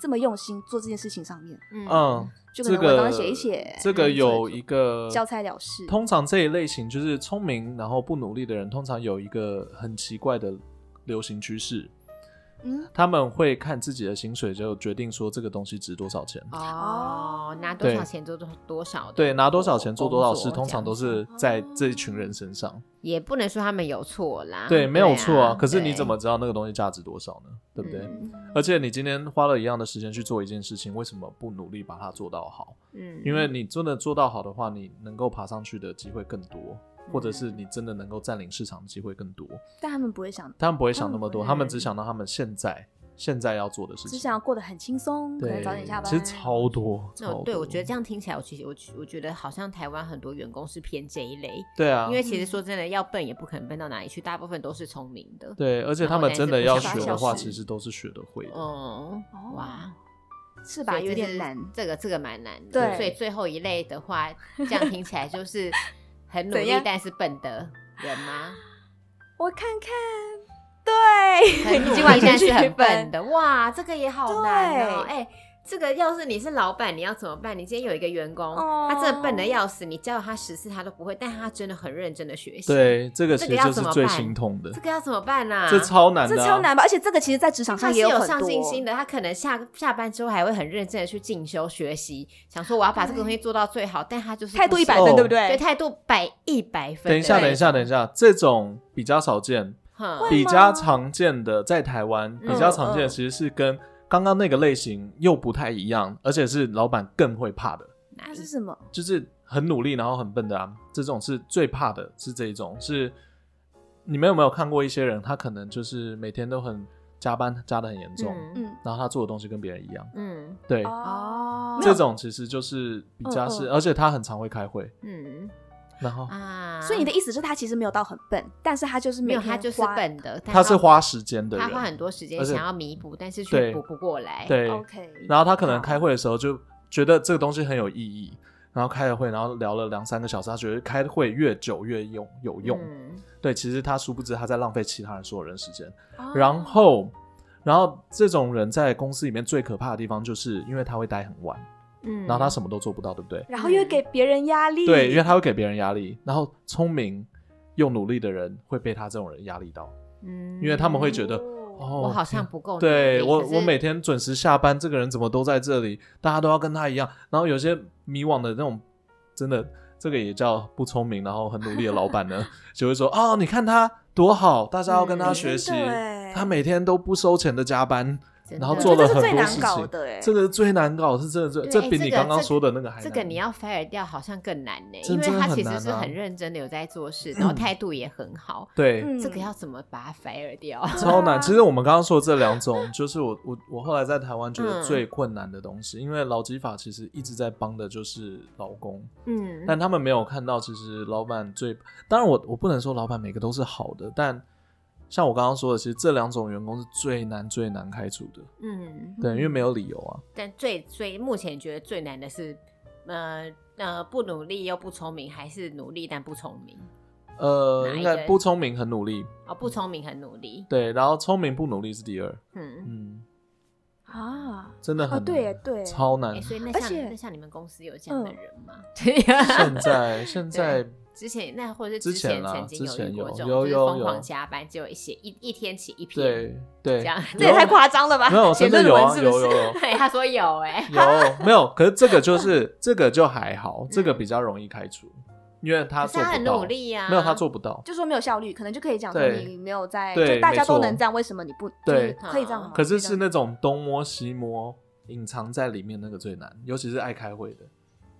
Speaker 1: 这么用心做这件事情上面，
Speaker 2: 嗯
Speaker 3: 嗯，
Speaker 1: 就可
Speaker 3: 这
Speaker 1: 能文
Speaker 3: 个
Speaker 1: 章写一写，
Speaker 3: 这
Speaker 1: 嗯
Speaker 3: 个
Speaker 1: 做
Speaker 3: 有
Speaker 1: 做
Speaker 3: 一个
Speaker 1: 交差了事
Speaker 3: 通常这一类型就是聪明然后不努力的人，通常有一个很奇怪的流行趋势，
Speaker 1: 嗯，
Speaker 3: 他们会看自己的薪水就决定说这个东西值多少钱。
Speaker 2: 哦，拿多
Speaker 3: 对
Speaker 2: 少钱做多多少的
Speaker 3: 对，拿多少钱做多少
Speaker 2: 工
Speaker 3: 事，
Speaker 2: 作
Speaker 3: 通常都
Speaker 2: 这样子
Speaker 3: 是
Speaker 1: 哦
Speaker 3: 在这一群人身上。
Speaker 2: 也不能说他们有错啦，
Speaker 3: 对，没有错
Speaker 2: 啊
Speaker 3: 啊。。可是你
Speaker 2: 对
Speaker 3: 怎么知道那个东西价值多少呢？对不对？
Speaker 2: 嗯
Speaker 3: 而且你今天花了一样的时间去做一件事情，为什么不努力把它做到好？
Speaker 2: 嗯
Speaker 3: 因为你真的做到好的话，你能够爬上去的机会更多，
Speaker 2: 嗯
Speaker 3: 或者是你真的能够占领市场的机会更多。
Speaker 1: 但他们不会想，
Speaker 3: 他们不会想那么多，
Speaker 2: 嗯
Speaker 3: 他们只想到他们现在现在要做的事
Speaker 1: 只
Speaker 3: 情。
Speaker 1: 想要过得很轻松，可
Speaker 3: 对
Speaker 1: 能早点下，班。哦
Speaker 3: 其实超多，
Speaker 2: 那
Speaker 3: 超
Speaker 2: 我对
Speaker 3: 多
Speaker 2: 我觉得这样听起来，我其实我我觉得好像台湾很多员工是偏这一类，
Speaker 3: 对啊，
Speaker 2: 因为
Speaker 1: 嗯
Speaker 2: 其实说真的，要笨也不可能笨到哪里去，大部分都是聪明的。
Speaker 3: 对，而且他
Speaker 2: 然后
Speaker 3: 们
Speaker 2: 但是
Speaker 3: 真的
Speaker 2: 不
Speaker 3: 要
Speaker 1: 想
Speaker 3: 学
Speaker 1: 把
Speaker 3: 的
Speaker 1: 小
Speaker 3: 话，
Speaker 1: 时
Speaker 3: 其实都是学得会的。
Speaker 2: 嗯，哇，
Speaker 1: 是
Speaker 2: 所
Speaker 1: 吧？
Speaker 2: 以这
Speaker 1: 有点
Speaker 2: 是
Speaker 1: 难。
Speaker 2: 这个这个蛮难的。
Speaker 1: 对
Speaker 2: 所以最后一类的话，这样听起 来就是很努
Speaker 1: 怎
Speaker 2: 力
Speaker 1: 样
Speaker 2: 但是笨的 人吗？
Speaker 1: 我看看，对，
Speaker 2: 很努
Speaker 1: 已
Speaker 2: 力
Speaker 1: 经完全
Speaker 2: 但是
Speaker 1: 区
Speaker 2: 很
Speaker 1: 分
Speaker 2: 笨的，哇，这个也好难哦。
Speaker 1: 对
Speaker 2: 哎、这个要是你是老板，你要怎么办？你今天有一个员工，
Speaker 1: 哦
Speaker 2: 他真的笨的要死，你教他十次他都不会，但他真的很认真的学习。，
Speaker 3: 对，这个
Speaker 2: 这
Speaker 3: 其
Speaker 2: 个
Speaker 3: 实
Speaker 2: 要
Speaker 3: 就是
Speaker 2: 怎么
Speaker 3: 最
Speaker 2: 办
Speaker 3: 心痛的
Speaker 2: 这，个要怎么办啊？
Speaker 3: 这超难
Speaker 1: 这
Speaker 3: 的啊，
Speaker 1: 超难吧？而且这个其实，在职场
Speaker 2: 他
Speaker 1: 上
Speaker 2: 是
Speaker 1: 也
Speaker 2: 有
Speaker 1: 很
Speaker 2: 上
Speaker 1: 多
Speaker 2: 进心的，他可能下下班之后还会很认真的去进修学习，想说我要把这个东西做到最好，但他就是
Speaker 1: 态
Speaker 2: 不
Speaker 1: 度一
Speaker 2: 行
Speaker 1: 百分，
Speaker 3: 哦
Speaker 1: 对不对？
Speaker 2: 对态度百一百分的。
Speaker 3: 等一下，
Speaker 2: 对
Speaker 3: 等一，下，等一下，这种比较少见，
Speaker 2: 哼
Speaker 1: 会
Speaker 3: 比
Speaker 1: 吗
Speaker 3: 较常见的在台湾比较常见
Speaker 1: 嗯
Speaker 3: 的，其实是跟刚刚那个类型又不太一样，而且是老板更会怕的，
Speaker 2: 哪
Speaker 1: 他
Speaker 2: 一
Speaker 1: 是什么？
Speaker 3: 就是很努力然后很笨的啊，这种是最怕的，是这一种是。你们有没有看过一些人，他可能就是每天都很加班，加的很严重，
Speaker 2: 嗯
Speaker 1: 嗯，
Speaker 3: 然后他做的东西跟别人一样，
Speaker 2: 嗯
Speaker 3: 对，
Speaker 1: 哦，
Speaker 2: 哦，
Speaker 3: 这种其实就是比较是，
Speaker 1: 嗯嗯
Speaker 3: 而且他很常会开会，
Speaker 2: 嗯
Speaker 3: 然后
Speaker 2: 啊，
Speaker 1: 所以你的意思是他其实没有到很笨，但是他就是
Speaker 2: 没有
Speaker 1: 每天
Speaker 2: 他就是
Speaker 1: 花。
Speaker 2: 笨的，但
Speaker 3: 他是花时间的
Speaker 2: 他花
Speaker 3: 人，
Speaker 2: 很多时间
Speaker 3: 而且
Speaker 2: 想要弥补，但是却
Speaker 3: 对
Speaker 2: 补不过来。，
Speaker 3: 对，
Speaker 1: OK，
Speaker 3: 然后他可能开会的时候就觉得这个东西很有意义，然后开了会，然后聊了两三个小时，他觉得开会越久越用有用。
Speaker 2: 嗯
Speaker 3: 对，其实他殊不知他在浪费其他人所有人时间。
Speaker 1: 哦
Speaker 3: 然后，然后这种人在公司里面最可怕的地方，就是因为他会待很晚，
Speaker 2: 嗯
Speaker 3: 然后他什么都做不到，对不对？
Speaker 1: 然后又给别人压力，
Speaker 3: 对，因为他会给别人压力，然后聪明又努力的人会被他这种人压力到，
Speaker 2: 嗯
Speaker 3: 因为他们会觉得
Speaker 1: 哦
Speaker 3: 哦，
Speaker 2: 我好像不够努力，
Speaker 3: 对我，
Speaker 2: 可是
Speaker 3: 我每天准时下班，这个人怎么都在这里？大家都要跟他一样。然后有些迷惘的那种，真的，这个也叫不聪明，然后很努力的老 板呢，就会说：“哦，你看他多好，大家要跟他
Speaker 2: 嗯
Speaker 3: 学习
Speaker 1: 真的欸，
Speaker 3: 他每天都不收钱的加班，
Speaker 2: 真
Speaker 3: 然后
Speaker 2: 的
Speaker 3: 做了
Speaker 1: 这是
Speaker 3: 很
Speaker 1: 最
Speaker 3: 多
Speaker 1: 难
Speaker 3: 事
Speaker 1: 搞
Speaker 3: 情。”
Speaker 1: 的哎，
Speaker 3: 这个是最难搞，是真的最，
Speaker 2: 对
Speaker 3: 这
Speaker 2: 哎
Speaker 3: 比
Speaker 2: 这
Speaker 3: 你
Speaker 2: 个
Speaker 3: 刚刚
Speaker 2: 这个
Speaker 3: 说的那个还
Speaker 2: 这
Speaker 3: 难。
Speaker 2: 个你要 fire 掉好像更难呢，因
Speaker 3: 真
Speaker 2: 为
Speaker 3: 真的
Speaker 2: 他
Speaker 3: 很
Speaker 2: 其实
Speaker 3: 难
Speaker 2: 是
Speaker 3: 啊
Speaker 2: 很认真的有在做事，然后态度也很好，
Speaker 3: 对，
Speaker 1: 嗯
Speaker 2: 这个要怎么把它 fire 掉？
Speaker 1: 对啊
Speaker 3: 超难。 其实我们刚刚说的这两种，就是我我我后来在台湾觉得
Speaker 2: 嗯
Speaker 3: 最困难的东西，因为劳基法其实一直在帮的就是劳工。
Speaker 2: 嗯
Speaker 3: 但他们没有看到，其实老板最……当然我，我不能说老板每个都是好的，但像我刚刚说的，其实这两种员工是最难最难开除的，
Speaker 2: 嗯，
Speaker 3: 对，因为没有理由啊。
Speaker 2: 但最最目前觉得最难的是，呃呃，不努力又不聪明，还是努力但不聪明
Speaker 3: 呃
Speaker 2: 哪一，个
Speaker 3: 应该不聪明很努力，
Speaker 2: 哦，不聪明很努力，
Speaker 3: 对，然后聪明不努力是第二，
Speaker 2: 嗯，
Speaker 3: 嗯，
Speaker 1: 啊，
Speaker 3: 真的
Speaker 1: 哦
Speaker 3: 很
Speaker 1: 对耶对耶，
Speaker 3: 超难
Speaker 2: 哎，。所以那
Speaker 1: 而
Speaker 2: 像
Speaker 1: 且
Speaker 2: 那像你们公司有这样的
Speaker 1: 嗯
Speaker 2: 人吗？对呀
Speaker 3: 现。在现在
Speaker 2: 之前那或者是
Speaker 3: 之前
Speaker 2: 前
Speaker 3: 啦
Speaker 2: 曾经
Speaker 3: 之前
Speaker 2: 遇过
Speaker 3: 有
Speaker 2: 这种，
Speaker 3: 有
Speaker 2: 就是
Speaker 3: 有
Speaker 2: 疯狂
Speaker 3: 有
Speaker 2: 加班，只有一些一一天起一篇，
Speaker 3: 对
Speaker 2: 这
Speaker 3: 对，
Speaker 2: 样。
Speaker 1: 这也太夸张了吧？
Speaker 3: 没有
Speaker 1: 写
Speaker 3: 真的
Speaker 1: 论
Speaker 3: 有
Speaker 1: 文
Speaker 3: 啊，
Speaker 1: 是
Speaker 3: 有
Speaker 1: 不
Speaker 3: 有
Speaker 1: 是？
Speaker 3: 有
Speaker 2: 对，他说有 哎、
Speaker 3: 有没有？可是这个就是这个就还好，这个比较容易开除，因为他
Speaker 2: 嗯可是
Speaker 3: 做
Speaker 2: 他
Speaker 3: 不
Speaker 2: 很
Speaker 3: 到
Speaker 2: 努，力呀、啊，
Speaker 3: 没有他做不到。
Speaker 1: 就说没有效率，可能就可以讲说
Speaker 3: 对
Speaker 1: 你没有在，
Speaker 3: 对
Speaker 1: 就大家
Speaker 3: 没错
Speaker 1: 都能这样，为什么你不？
Speaker 3: 对
Speaker 1: 就是可以这样吗？
Speaker 3: 可是
Speaker 1: 以这
Speaker 3: 是
Speaker 1: 样
Speaker 3: 那种东摸西摸，隐藏在里面那个最难，尤其是爱开会的。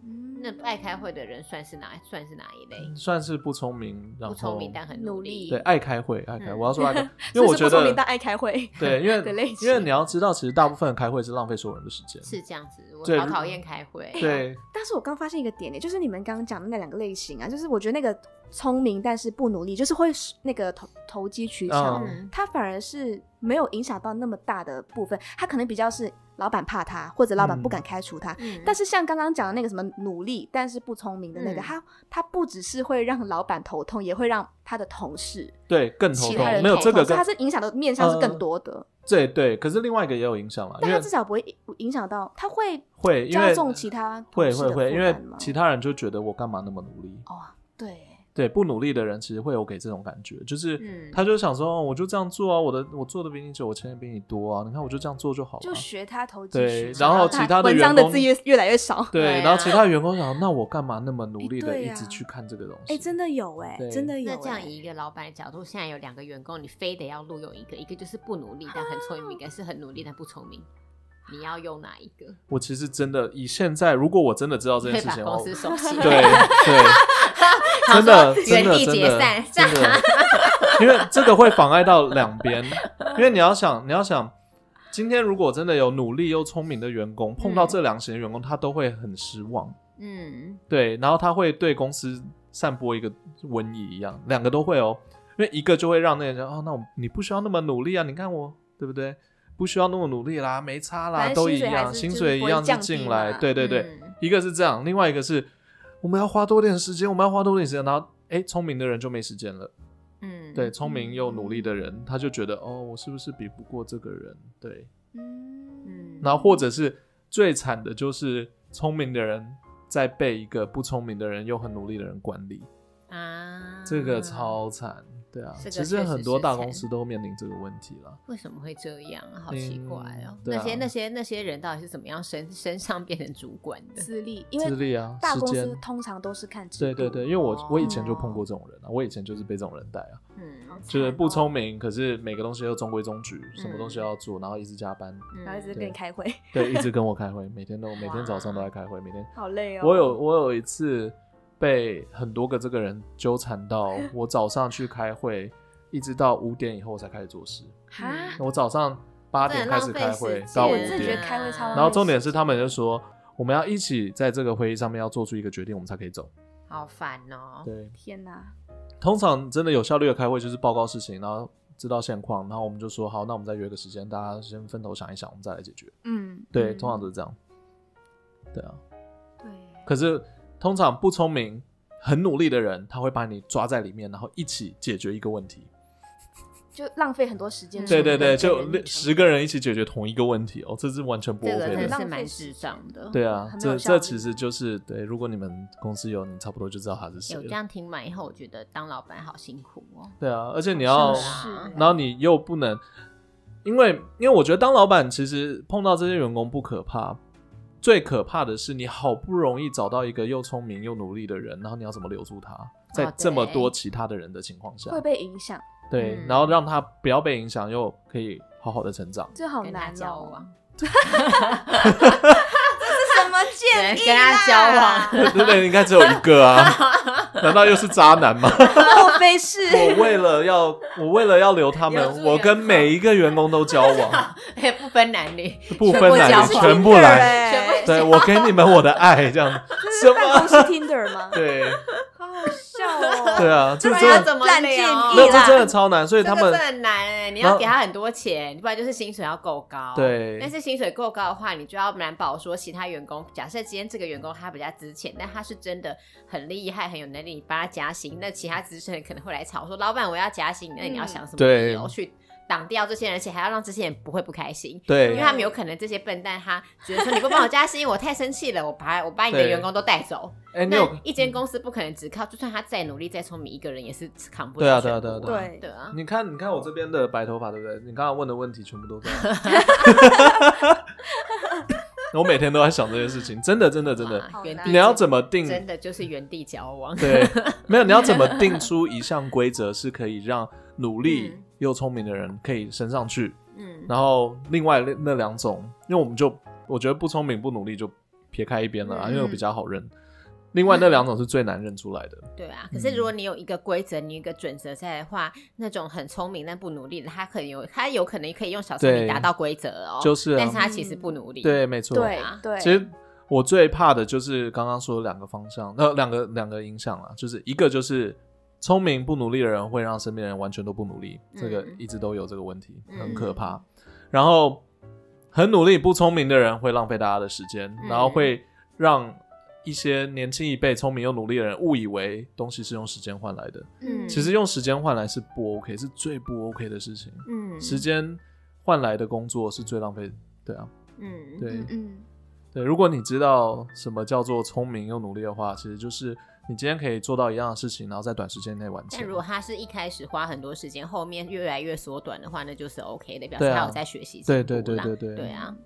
Speaker 1: 嗯
Speaker 2: 那不爱开会的人算是哪算是哪一类？
Speaker 3: 算是不聪明，嗯然
Speaker 2: 不
Speaker 3: 后
Speaker 2: 聪明但很
Speaker 1: 努
Speaker 2: 努
Speaker 1: 力
Speaker 3: 对爱开会，爱开，
Speaker 2: 嗯
Speaker 3: 我要说 爱开，因为我觉
Speaker 1: 是不聪明
Speaker 3: 得
Speaker 1: 但爱开会，
Speaker 3: 对，因
Speaker 1: 的类
Speaker 3: 为
Speaker 1: 型
Speaker 3: 因为你要知道，其实大部分开会是浪费所有人的时间，
Speaker 2: 是这样子。我
Speaker 3: 对
Speaker 2: 好讨厌开会。
Speaker 3: 对
Speaker 1: 但是我刚发现一个点呢，就是你们刚刚讲的那两个类型啊，就是我觉得那个聪明但是不努力，就是会那个投投机取巧，
Speaker 2: 嗯
Speaker 1: 他反而是没有影响到那么大的部分，他可能比较是老板怕他，或者老板不敢开除他。
Speaker 2: 嗯
Speaker 1: 但是像刚刚讲的那个什么努力但是不聪明的那个，
Speaker 2: 嗯
Speaker 1: 他他不只是会让老板头痛，也会让他的同事、
Speaker 3: 对更头
Speaker 1: 其
Speaker 3: 痛
Speaker 1: 他人，
Speaker 3: 没有
Speaker 1: 头
Speaker 3: 这个
Speaker 1: 痛所以
Speaker 3: 更
Speaker 1: 他是影响的面向是更多的，
Speaker 3: 对对，可是另外一个也有影响了，因
Speaker 1: 但
Speaker 3: 为
Speaker 1: 他至少不会影响到，他会
Speaker 3: 会因
Speaker 1: 加
Speaker 3: 为
Speaker 1: 重其他同
Speaker 3: 会
Speaker 1: 事
Speaker 3: 会
Speaker 1: 的
Speaker 3: 会，
Speaker 1: 负
Speaker 3: 因为
Speaker 1: 担吗
Speaker 3: 其他人就觉得我干嘛那么努力，
Speaker 1: 哦对。
Speaker 3: 对不努力的人其实会有给这种感觉，就是。
Speaker 2: 嗯，
Speaker 3: 他就想说，哦我就这样做啊，我的我做的比你久，我钱也比你多啊，你看我就这样做就好了。啊
Speaker 1: 就学他投机取
Speaker 3: 对，
Speaker 1: 巧，
Speaker 3: 然后其他的
Speaker 1: 文
Speaker 3: 员
Speaker 1: 章
Speaker 3: 工
Speaker 1: 的字越越来越少。
Speaker 3: 对，
Speaker 2: 对啊
Speaker 3: 然后其他的员工想，那我干嘛那么努力
Speaker 1: 哎
Speaker 3: 的
Speaker 1: 对
Speaker 3: 一
Speaker 1: 啊
Speaker 3: 直去看这个东 西？
Speaker 1: 哎，真的有哎，
Speaker 3: 对
Speaker 1: 真的有
Speaker 2: 那
Speaker 1: 哎。
Speaker 2: 这样以一个老板的角度，现在有两个员工，你非得要录用一个，一个就是不努力但很聪明，一个是很努力但不聪明，你要用哪一个？
Speaker 3: 我其实真的以现在，如果我真的知道这
Speaker 2: 你
Speaker 3: 件
Speaker 2: 会
Speaker 3: 事
Speaker 2: 把
Speaker 3: 情，
Speaker 2: 公
Speaker 3: 哦，
Speaker 2: 司收起来，
Speaker 3: 对 对，
Speaker 2: 想
Speaker 3: 真的
Speaker 2: 说
Speaker 3: 真
Speaker 2: 原
Speaker 3: 的
Speaker 2: 地
Speaker 3: 真
Speaker 2: 解
Speaker 3: 的
Speaker 2: 散，
Speaker 3: 真的，因为这个会妨碍到两边，因为你要想，你要想。今天如果真的有努力又聪明的员工，碰到
Speaker 2: 嗯
Speaker 3: 这两型的员工，他都会很失望，
Speaker 2: 嗯，
Speaker 3: 对，然后他会对公司散播一个瘟疫一样，两个都会哦，因为一个就会让那个人啊，那我你不需要那么努力啊，你看我对不对？不需要那么努力啦，没差啦，
Speaker 1: 反正
Speaker 3: 啊都
Speaker 1: 薪
Speaker 3: 一
Speaker 1: 水还
Speaker 3: 样，
Speaker 1: 是
Speaker 3: 薪
Speaker 1: 就是
Speaker 3: 水一
Speaker 1: 不会
Speaker 3: 样就
Speaker 1: 降低
Speaker 3: 进
Speaker 1: 嘛
Speaker 3: 来，对对对，
Speaker 2: 嗯
Speaker 3: 一个是这样，另外一个是我们要花多点时间，我们要花多点时间，然后哎，聪明的人就没时间了，
Speaker 2: 嗯，
Speaker 3: 对，聪明又努力的人，他就觉得哦，我是不是比不过这个人？对，
Speaker 1: 嗯
Speaker 2: 嗯
Speaker 3: 然后或者是最惨的就是聪明的人在被一个不聪明的人又很努力的人管理，
Speaker 2: 啊，
Speaker 3: 这个超惨。对啊，
Speaker 2: 这个
Speaker 3: 其
Speaker 2: 确
Speaker 3: 实
Speaker 2: 实
Speaker 3: 很多
Speaker 2: 是
Speaker 3: 大
Speaker 2: 惨
Speaker 3: 公司都面临这个问题了。
Speaker 2: 为什么会这样啊？好奇怪哦
Speaker 3: 嗯！对
Speaker 2: 那些
Speaker 3: 啊
Speaker 2: 那些那些人到底是怎么样升升上变成主管的？嗯
Speaker 1: 资历，因
Speaker 3: 资
Speaker 1: 为
Speaker 3: 历啊，
Speaker 1: 大
Speaker 3: 时
Speaker 1: 公司
Speaker 3: 间。
Speaker 1: 通常都是看制
Speaker 3: 对对
Speaker 1: 度
Speaker 3: 对，因为我我以前就
Speaker 1: 哦
Speaker 3: 碰过这种人啊，我以前就是被这种人带啊，
Speaker 2: 嗯
Speaker 3: 就是不
Speaker 1: 惨哦
Speaker 3: 聪明，可是每个东西都中规中矩，什么东西都要做，然后一直加班，
Speaker 2: 嗯
Speaker 1: 然后一直
Speaker 3: 对
Speaker 1: 跟你开会，
Speaker 3: 对，一直跟我开会，每天都每天
Speaker 2: 哇
Speaker 3: 早上都在开会，每天
Speaker 1: 好累哦。
Speaker 3: 我有我有一次被很多个这个人纠缠到，我早上去开会，一直到五点以后我才开始做事。
Speaker 1: 嗯哈，
Speaker 3: 我早上八点开始开会
Speaker 1: 间
Speaker 3: 到五
Speaker 1: 我真的觉
Speaker 3: 点
Speaker 1: 得，开会超
Speaker 2: 啊嗯
Speaker 3: 然后重点是他们就说我们要一起在这个会议上面要做出一个决定，我们才可以走。
Speaker 2: 好烦哦。
Speaker 3: 对，
Speaker 1: 天哪，
Speaker 3: 通常真的有效率的开会就是报告事情，然后知道现况，然后我们就说好，那我们再约个时间，大家先分头想一想，我们再来解决。
Speaker 1: 嗯，
Speaker 3: 对，
Speaker 1: 嗯
Speaker 3: 通常都是这样。对啊。
Speaker 1: 对，
Speaker 3: 可是通常不聪明、很努力的人，他会把你抓在里面，然后一起解决一个问题。
Speaker 1: 就浪费很多时间
Speaker 2: 嗯
Speaker 1: 成
Speaker 3: 对
Speaker 1: 本跟人
Speaker 3: 对
Speaker 1: 力成本。
Speaker 3: 对，就十个人一起解决同一个问题哦，这是完全不
Speaker 2: 这
Speaker 3: OK
Speaker 2: 个真的
Speaker 3: 的。
Speaker 2: 是蛮智障的。
Speaker 3: 对啊
Speaker 1: 很，没有
Speaker 3: 这
Speaker 1: 效率
Speaker 3: 这其实就是对。如果你们公司有，你差不多就知道他是谁
Speaker 2: 有这
Speaker 3: 了。
Speaker 2: 样听完以后，我觉得当老板好辛苦哦。
Speaker 3: 对啊，而且你要，
Speaker 1: 是啊
Speaker 3: 然后你又不能，因为因为我觉得当老板其实碰到这些员工不可怕，最可怕的是你好不容易找到一个又聪明又努力的人，然后你要怎么留住他，在
Speaker 2: 哦
Speaker 3: 这么
Speaker 2: 对
Speaker 3: 多其他的人的情况下，
Speaker 1: 会被影响，
Speaker 3: 对，
Speaker 2: 嗯
Speaker 3: 然后让他不要被影响，又可以好好的成长。
Speaker 1: 这好
Speaker 2: 跟他
Speaker 1: 难
Speaker 2: 交
Speaker 1: 哦。
Speaker 2: 往，
Speaker 1: 这 什么建
Speaker 2: 对跟他交往
Speaker 1: 交
Speaker 3: 对不对，应该只有一个 啊？难道又是渣男吗？
Speaker 1: 往，莫非是？
Speaker 3: 我为了要，我为了要留他
Speaker 2: 留住
Speaker 3: 们，
Speaker 2: 员工
Speaker 3: 我跟每一个员工都交 往，
Speaker 2: 也不分男 女，
Speaker 3: 不分男女，
Speaker 2: 交往
Speaker 3: 全部来。
Speaker 2: 全部
Speaker 1: 这
Speaker 3: 对我给你们我的 爱，这样
Speaker 1: 是
Speaker 3: 什
Speaker 1: 办公
Speaker 3: 么？
Speaker 1: 室 Tinder 吗？
Speaker 3: 对
Speaker 1: 好好笑哦。
Speaker 3: 对啊，这
Speaker 1: 这
Speaker 3: 真
Speaker 2: 不然要
Speaker 3: 的
Speaker 2: 怎么
Speaker 1: 烂
Speaker 2: 聊
Speaker 1: 建议啊
Speaker 3: 没有，
Speaker 1: 啦
Speaker 3: 这真的超难，所以
Speaker 2: 这
Speaker 3: 他
Speaker 2: 个
Speaker 3: 们
Speaker 2: 是很难哎、你
Speaker 3: 然
Speaker 2: 要
Speaker 3: 后
Speaker 2: 给他很多钱，不然就是薪水要够高。
Speaker 3: 对
Speaker 2: 但是薪水够高的话，你就要难保说其他员工，假设今天这个员工他比较值钱，但他是真的很厉害、很有能力，你帮他加薪，那其他资深人可能会来吵说，老板我要加薪，那
Speaker 1: 嗯
Speaker 2: 你要想什么
Speaker 3: 对
Speaker 2: 理由去挡掉这些人，而且还要让这些人不会不开心。因为
Speaker 3: 对
Speaker 2: 他们有可能这些笨蛋，他觉得说你不帮我加薪，我太生气了，我把我把你的
Speaker 3: 对
Speaker 2: 员工都带走。
Speaker 3: 哎，你
Speaker 2: 那
Speaker 3: 有
Speaker 2: 一间公司不可能只靠，就算他再努力再聪明，一个人也是扛不
Speaker 3: 对啊
Speaker 2: 了
Speaker 3: 对啊
Speaker 2: 全部
Speaker 3: 对
Speaker 1: 啊对
Speaker 2: 啊
Speaker 1: 啊
Speaker 2: 对啊。
Speaker 3: 你看你看我这边的白头发对不对？你刚刚问的问题全部都在。 我每天都在想这些事情，真的真的真的。
Speaker 2: 哇
Speaker 1: 好
Speaker 2: 原
Speaker 1: 难
Speaker 2: 地
Speaker 3: 你要
Speaker 2: 就
Speaker 3: 怎么定？
Speaker 2: 真的就是原地交往，
Speaker 3: 对，没有，你要 怎么定出一项规则是可以让努力
Speaker 2: 嗯
Speaker 3: 又聪明的人可以升上去，
Speaker 2: 嗯，
Speaker 3: 然后另外那那两种，因为我们就我觉得不聪明不努力就撇开一边了啦，
Speaker 2: 嗯
Speaker 3: 因为我比较好认。另外那两种是最难认出来的。
Speaker 2: 对啊，可
Speaker 1: 嗯
Speaker 2: 是如果你有一个规则，你有一个准则在的话，那种很聪明但不努力的，他可能有他有可能可以用小聪明
Speaker 3: 对
Speaker 2: 达到规则哦，
Speaker 3: 就是啊
Speaker 2: 但是他其实不
Speaker 1: 嗯
Speaker 2: 努力。
Speaker 3: 对，没错。
Speaker 1: 对
Speaker 2: 啊
Speaker 1: 对，
Speaker 3: 其实我最怕的就是刚刚说的两个方向，那、两个两个影响啦，就是一个就是聪明不努力的人会让身边人完全都不努力，
Speaker 2: 嗯
Speaker 3: 这个一直都有这个问题，
Speaker 2: 嗯
Speaker 3: 很可怕。然后很努力不聪明的人会浪费大家的时间，
Speaker 2: 嗯
Speaker 3: 然后会让一些年轻一辈聪明又努力的人误以为东西是用时间换来的，
Speaker 1: 嗯
Speaker 3: 其实用时间换来是不 OK，是最不 OK 的事情。
Speaker 2: 嗯
Speaker 3: 时间换来的工作是最浪费，对啊，
Speaker 2: 嗯
Speaker 3: 对。
Speaker 1: 嗯嗯
Speaker 3: 对，如果你知道什么叫做聪明又努力的话，其实就是你今天可以做到一样的事情，然后在短时间内完成。
Speaker 2: 但如果他是一开始花很多时间，后面越来越缩短的话，那就是 OK 的，表
Speaker 3: 对
Speaker 2: 示
Speaker 3: 啊
Speaker 2: 他有在学习进步
Speaker 3: 对
Speaker 2: 啦。
Speaker 3: 对对对对。嗯
Speaker 2: 对啊，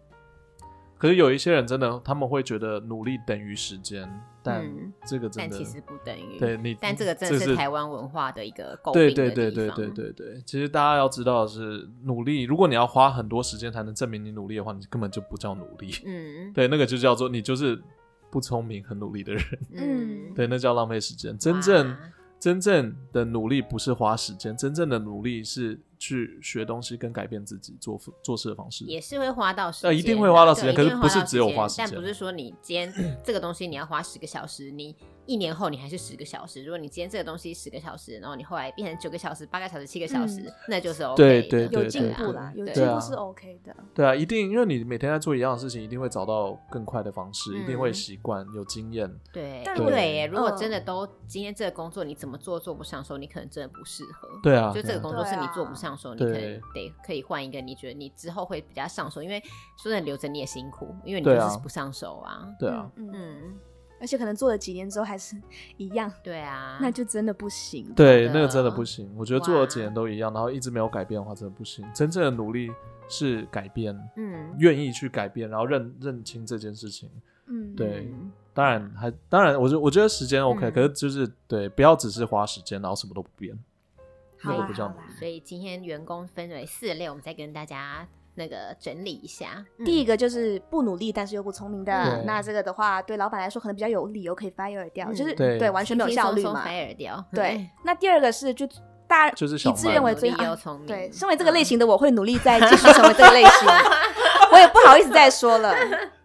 Speaker 3: 可是有一些人真的，他们会觉得努力等于时间，但
Speaker 2: 嗯
Speaker 3: 这个真
Speaker 2: 但
Speaker 3: 的，
Speaker 2: 其实不等于。
Speaker 3: 对你，
Speaker 2: 但这个真的
Speaker 3: 这
Speaker 2: 是
Speaker 3: 是
Speaker 2: 台湾文化的一个诟
Speaker 3: 对
Speaker 2: 病
Speaker 3: 对
Speaker 2: 的
Speaker 3: 对
Speaker 2: 地
Speaker 3: 对
Speaker 2: 方。
Speaker 3: 对对对，其实大家要知道的是，努力，如果你要花很多时间才能证明你努力的话，你根本就不叫努力。
Speaker 2: 嗯
Speaker 3: 对，那个就叫做你就是不聪明、很努力的人。
Speaker 2: 嗯，
Speaker 3: 对，那叫浪费时间。真正
Speaker 2: 哇
Speaker 3: 真正的努力不是花时间，真正的努力是去学东西跟改变自己做做事的方式。
Speaker 2: 也是会花到时间
Speaker 3: 呃
Speaker 2: 的，
Speaker 3: 一定会花到时间
Speaker 2: 对
Speaker 3: 可
Speaker 2: 一
Speaker 3: 是
Speaker 2: 定会
Speaker 3: 不是
Speaker 2: 到
Speaker 3: 只有花时间
Speaker 2: 但不是说你今 天这个东西你要花十个小时，你一年后你还是十个小时。如果你今天这个东西十个小时，然后你后来变成九个小时、八个小时、七个小时，那就是 OK
Speaker 3: 对
Speaker 2: 的
Speaker 3: 对对
Speaker 1: 嗯有
Speaker 3: 对
Speaker 1: 进
Speaker 3: 对
Speaker 1: 步啦，有
Speaker 2: 对
Speaker 1: 进
Speaker 3: 啊
Speaker 1: 步是 OK 的。
Speaker 3: 对啊，一定，因为你每天在做一样的事情，一定会找到更快的方式，
Speaker 2: 嗯
Speaker 3: 一定会习惯有经验。
Speaker 2: 对
Speaker 1: 但
Speaker 3: 如果
Speaker 2: 对耶。如果
Speaker 1: 嗯
Speaker 2: 真的都今天这个工作你怎么做做不上手，你可能真的不适合。
Speaker 3: 对啊，
Speaker 2: 就这个工作
Speaker 1: 对
Speaker 2: 是
Speaker 1: 啊
Speaker 2: 你做不上手，你可能
Speaker 3: 对
Speaker 2: 得可以换一个，你觉得你之后会比较上手，因为说真的留着你也辛苦，因为你就
Speaker 3: 对啊
Speaker 2: 是不上手啊。
Speaker 3: 对啊，
Speaker 1: 嗯，嗯，
Speaker 2: 嗯，
Speaker 1: 而且可能做了几年之后还是一样，
Speaker 2: 对啊，
Speaker 1: 那就真的不行。
Speaker 3: 对
Speaker 2: 好的
Speaker 3: 那个真的不行。我觉得做
Speaker 2: 哇
Speaker 3: 了几年都一样，然后一直没有改变的话，真的不行。真正的努力是改变，
Speaker 2: 嗯，
Speaker 3: 愿意去改变，然后认认清这件事情。
Speaker 1: 嗯，
Speaker 3: 对
Speaker 2: 嗯
Speaker 3: 当然还当然，我觉我觉得时间 OK，、
Speaker 2: 嗯
Speaker 3: 可是就是对，不要只是花时间，然后什么都不变。
Speaker 1: 好
Speaker 3: 那
Speaker 1: 啦
Speaker 3: 个不叫
Speaker 1: 好啦。
Speaker 2: 所以今天员工分为四类，我们再跟大家那个整理一下。嗯
Speaker 1: 第
Speaker 2: 一，
Speaker 1: 一个就是不努力但是又不聪明的
Speaker 3: 对，
Speaker 1: 那这个的话，对老板来说可能比较有理由可以 fire 掉，
Speaker 2: 嗯
Speaker 1: 就是
Speaker 3: 对
Speaker 1: 对完全没有效率嘛。
Speaker 2: ，fire 掉。
Speaker 1: 对，那第二个是就大
Speaker 3: 就是小
Speaker 1: 一致认为
Speaker 2: 嗯，
Speaker 1: 最
Speaker 2: 努
Speaker 1: 好
Speaker 2: 力又聪明。
Speaker 1: 对，身为
Speaker 2: 嗯
Speaker 1: 这个 类型的我，会努力再继续成为这个类型。我也不好意思再说 了，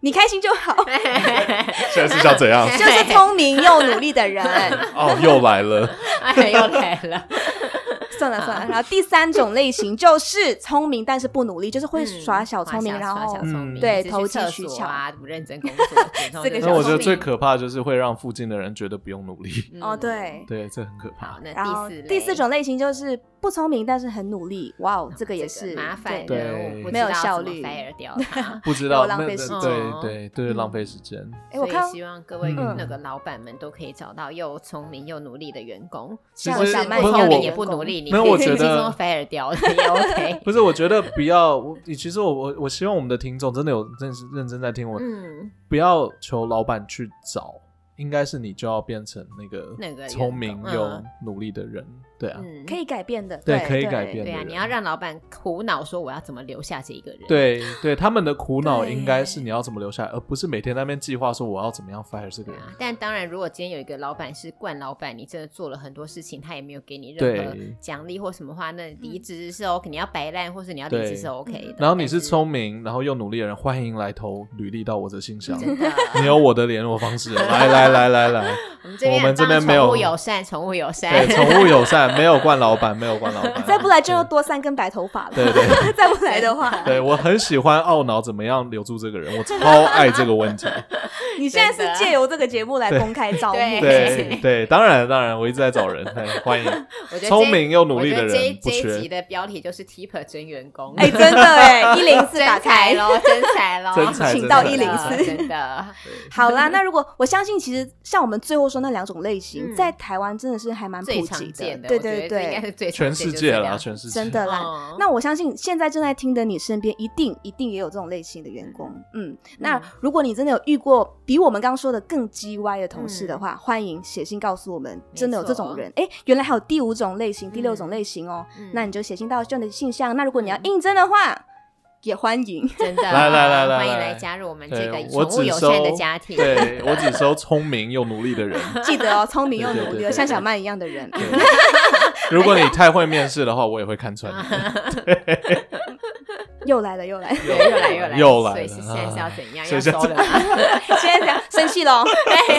Speaker 1: 你开心就好。
Speaker 2: 嗯，
Speaker 3: 现在是想怎样
Speaker 1: 就是聪明又努力的人， 啊
Speaker 3: 哦，又来了。
Speaker 2: 哎，又来了。
Speaker 1: 算了算了。然后第三种类型就是聪明但是不努力，就是 会
Speaker 2: 嗯
Speaker 1: 耍小聪明，
Speaker 2: 耍
Speaker 1: 然
Speaker 2: 小
Speaker 1: 后
Speaker 2: 耍小聪明
Speaker 3: 嗯
Speaker 1: 对
Speaker 2: 只去
Speaker 1: 投机
Speaker 2: 厕
Speaker 1: 取
Speaker 2: 所
Speaker 1: 巧
Speaker 2: 啊，不认真工 作，简直
Speaker 1: 这个
Speaker 2: 就是
Speaker 1: 小
Speaker 3: 那
Speaker 1: 聪
Speaker 3: 我觉得
Speaker 1: 明
Speaker 3: 最可怕就是会让附近的人觉得不用努力，
Speaker 2: 嗯
Speaker 1: 哦对，
Speaker 3: 对，这很可
Speaker 2: 好
Speaker 3: 怕，。
Speaker 2: 那
Speaker 1: 然后
Speaker 2: 第四
Speaker 1: 第
Speaker 2: 类啊
Speaker 1: 四种类型就是不聪明但是很努力，哇哦，这个也是
Speaker 2: 麻烦
Speaker 1: 对
Speaker 3: 对
Speaker 2: 人物，不
Speaker 1: 没有
Speaker 2: 知道
Speaker 1: 效
Speaker 2: 怎么
Speaker 1: 率
Speaker 2: fire 掉他。
Speaker 3: 不知道
Speaker 1: 浪
Speaker 3: 那
Speaker 1: 费
Speaker 3: 那
Speaker 1: 时
Speaker 2: 间
Speaker 3: 对对对，
Speaker 1: 嗯
Speaker 3: 浪费时间。
Speaker 1: 哎，我
Speaker 2: 所以
Speaker 1: 看
Speaker 2: 希望各位
Speaker 3: 嗯
Speaker 2: 那个老板们都可以找到又聪明又努力的员工，
Speaker 3: 其
Speaker 1: 像
Speaker 2: 或
Speaker 1: 我
Speaker 2: 是
Speaker 1: 小
Speaker 2: 不
Speaker 1: 麦
Speaker 3: 不
Speaker 1: 一
Speaker 3: 是
Speaker 1: 样的
Speaker 2: 聪明
Speaker 3: 我
Speaker 2: 也
Speaker 1: 员
Speaker 2: 不
Speaker 1: 工
Speaker 2: 努力，你
Speaker 3: 没有
Speaker 2: 可以
Speaker 3: 我觉
Speaker 2: 轻
Speaker 3: 得
Speaker 2: 松 fire 掉 的也 OK。
Speaker 3: 不是，我觉得不要，我其实我我我希望我们的听众真的有认认真在听我，
Speaker 2: 嗯，
Speaker 3: 不要求老板去找，应该是你就要变成那个
Speaker 2: 那个员
Speaker 3: 聪明
Speaker 2: 工
Speaker 3: 又
Speaker 2: 嗯
Speaker 3: 努力的人，对啊，
Speaker 2: 嗯
Speaker 1: 可以改变的，
Speaker 3: 对
Speaker 1: 对，
Speaker 3: 可以改变
Speaker 2: 对啊，
Speaker 3: 的
Speaker 2: 你
Speaker 3: 人
Speaker 2: 要让老板苦恼说我要怎么留下这一个人。，啊
Speaker 3: 对对，他们的苦恼
Speaker 1: 对
Speaker 3: 应该是你要怎么留下来，而不是每天在那边计划说我要怎么样 fire 这个
Speaker 2: 对
Speaker 3: 人。
Speaker 2: 啊。但当然，如果今天有一个老板是惯老板，你真的做了很多事情，他也没有给你任何
Speaker 3: 对
Speaker 2: 奖励或什么话，那
Speaker 1: 嗯
Speaker 2: 离职是 OK，你要摆烂或是你要离职
Speaker 3: 对
Speaker 2: 是 OK 的。
Speaker 3: 然后你
Speaker 2: 但
Speaker 3: 是聪明，然后又努力的人，欢迎来投履历到我的信 箱。
Speaker 2: 真的，啊
Speaker 3: 你有我的联络方式，来来来来 来，
Speaker 2: 我们这边
Speaker 3: 我们这边
Speaker 2: 很棒
Speaker 3: 没有
Speaker 2: 宠物友善，宠物友善
Speaker 3: 对，，宠物友善，没有惯老板，没有惯 老板。
Speaker 1: 再不来就要多三根白头发了。
Speaker 3: 对对对
Speaker 1: 再不来的话，
Speaker 3: 对我很喜欢懊恼怎么样留住这个人，我超爱这 个问题。
Speaker 1: 你现在
Speaker 2: 真的
Speaker 1: 是借由这个节目来公开招募，
Speaker 2: 对
Speaker 3: 对对，当然当然，我一直在 找人，嘿欢迎
Speaker 2: 我觉得
Speaker 3: 聪
Speaker 2: 这
Speaker 3: 明又努力
Speaker 2: 我
Speaker 3: 的
Speaker 2: 觉得这一
Speaker 3: 人不
Speaker 2: 这一
Speaker 3: 缺
Speaker 2: 集，的标题就是 Keeper 真员工，
Speaker 1: 哎，真的哎，一零 四
Speaker 2: 真
Speaker 1: 打
Speaker 2: 才
Speaker 1: 开。
Speaker 2: 喽，真才喽，
Speaker 3: 真才
Speaker 1: 请到
Speaker 2: 真的
Speaker 1: 104
Speaker 2: 真的，
Speaker 1: 好啦，那如果我相信，其实像我们最后说那两种类型，
Speaker 2: 嗯
Speaker 1: 在台湾真的是还蛮
Speaker 2: 最
Speaker 1: 普
Speaker 2: 常
Speaker 1: 及
Speaker 2: 见的，
Speaker 1: 对
Speaker 2: 我觉
Speaker 1: 对
Speaker 2: 得这应该
Speaker 1: 对，
Speaker 2: 是最常
Speaker 3: 全
Speaker 2: 见
Speaker 3: 世
Speaker 2: 就
Speaker 3: 界
Speaker 2: 这
Speaker 3: 啦，
Speaker 2: 两
Speaker 3: 全世界
Speaker 1: 真的啦。
Speaker 2: 哦
Speaker 1: 那我相信现在正在听的你身边一定一定也有这种类型的员工，嗯，那
Speaker 2: 嗯
Speaker 1: 如果你真的有遇过比我们刚刚说的更叽歪的同
Speaker 2: 嗯
Speaker 1: 事的话，欢迎写信告诉我们，真的有这种人，哎，原来还有第五种类型、第六种类型哦，
Speaker 2: 嗯
Speaker 1: 嗯那你就写信到 John 的信箱。那如果你要应征的话，也欢 迎。
Speaker 2: 真的，
Speaker 3: 来来来来
Speaker 2: 欢迎
Speaker 3: 来
Speaker 2: 来加入我们这个
Speaker 3: 对，我
Speaker 2: 宠物
Speaker 3: 只
Speaker 2: 友
Speaker 3: 收
Speaker 2: 善的家庭。
Speaker 3: 对我只收聪明又努力的人。
Speaker 1: 记得哦，聪明又努
Speaker 3: 对对
Speaker 1: 力
Speaker 3: 对
Speaker 1: 的，
Speaker 3: 对
Speaker 1: 像小曼一样的人。
Speaker 3: 对 如果你太会面试的话，我也会看穿你。
Speaker 1: 又来了，又来了，
Speaker 2: 对，啊 又来又来
Speaker 3: 又来
Speaker 2: 所以
Speaker 3: 了啊
Speaker 2: 是现在是要怎样？
Speaker 3: 所
Speaker 2: 要
Speaker 3: 以现
Speaker 2: 收
Speaker 3: 在
Speaker 2: 了 吗？
Speaker 1: 现在这样生气啊喽，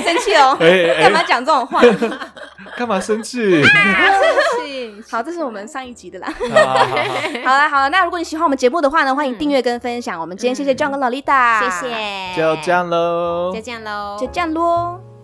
Speaker 1: 生气喽，
Speaker 3: 哎
Speaker 1: 干嘛
Speaker 3: 哎，
Speaker 1: 讲这种 话？
Speaker 3: 干嘛生 气？啊
Speaker 2: 是
Speaker 1: 好，这是我们上一集的啦。
Speaker 3: 好好好 好
Speaker 1: 好了好了，那如果你喜欢我们节目的话呢，欢迎订阅跟 嗯分享。我们今天谢谢 John 跟 Lolita，
Speaker 2: 谢，谢，
Speaker 3: 就这，样喽，
Speaker 2: 就这样喽，
Speaker 1: 就这样喽。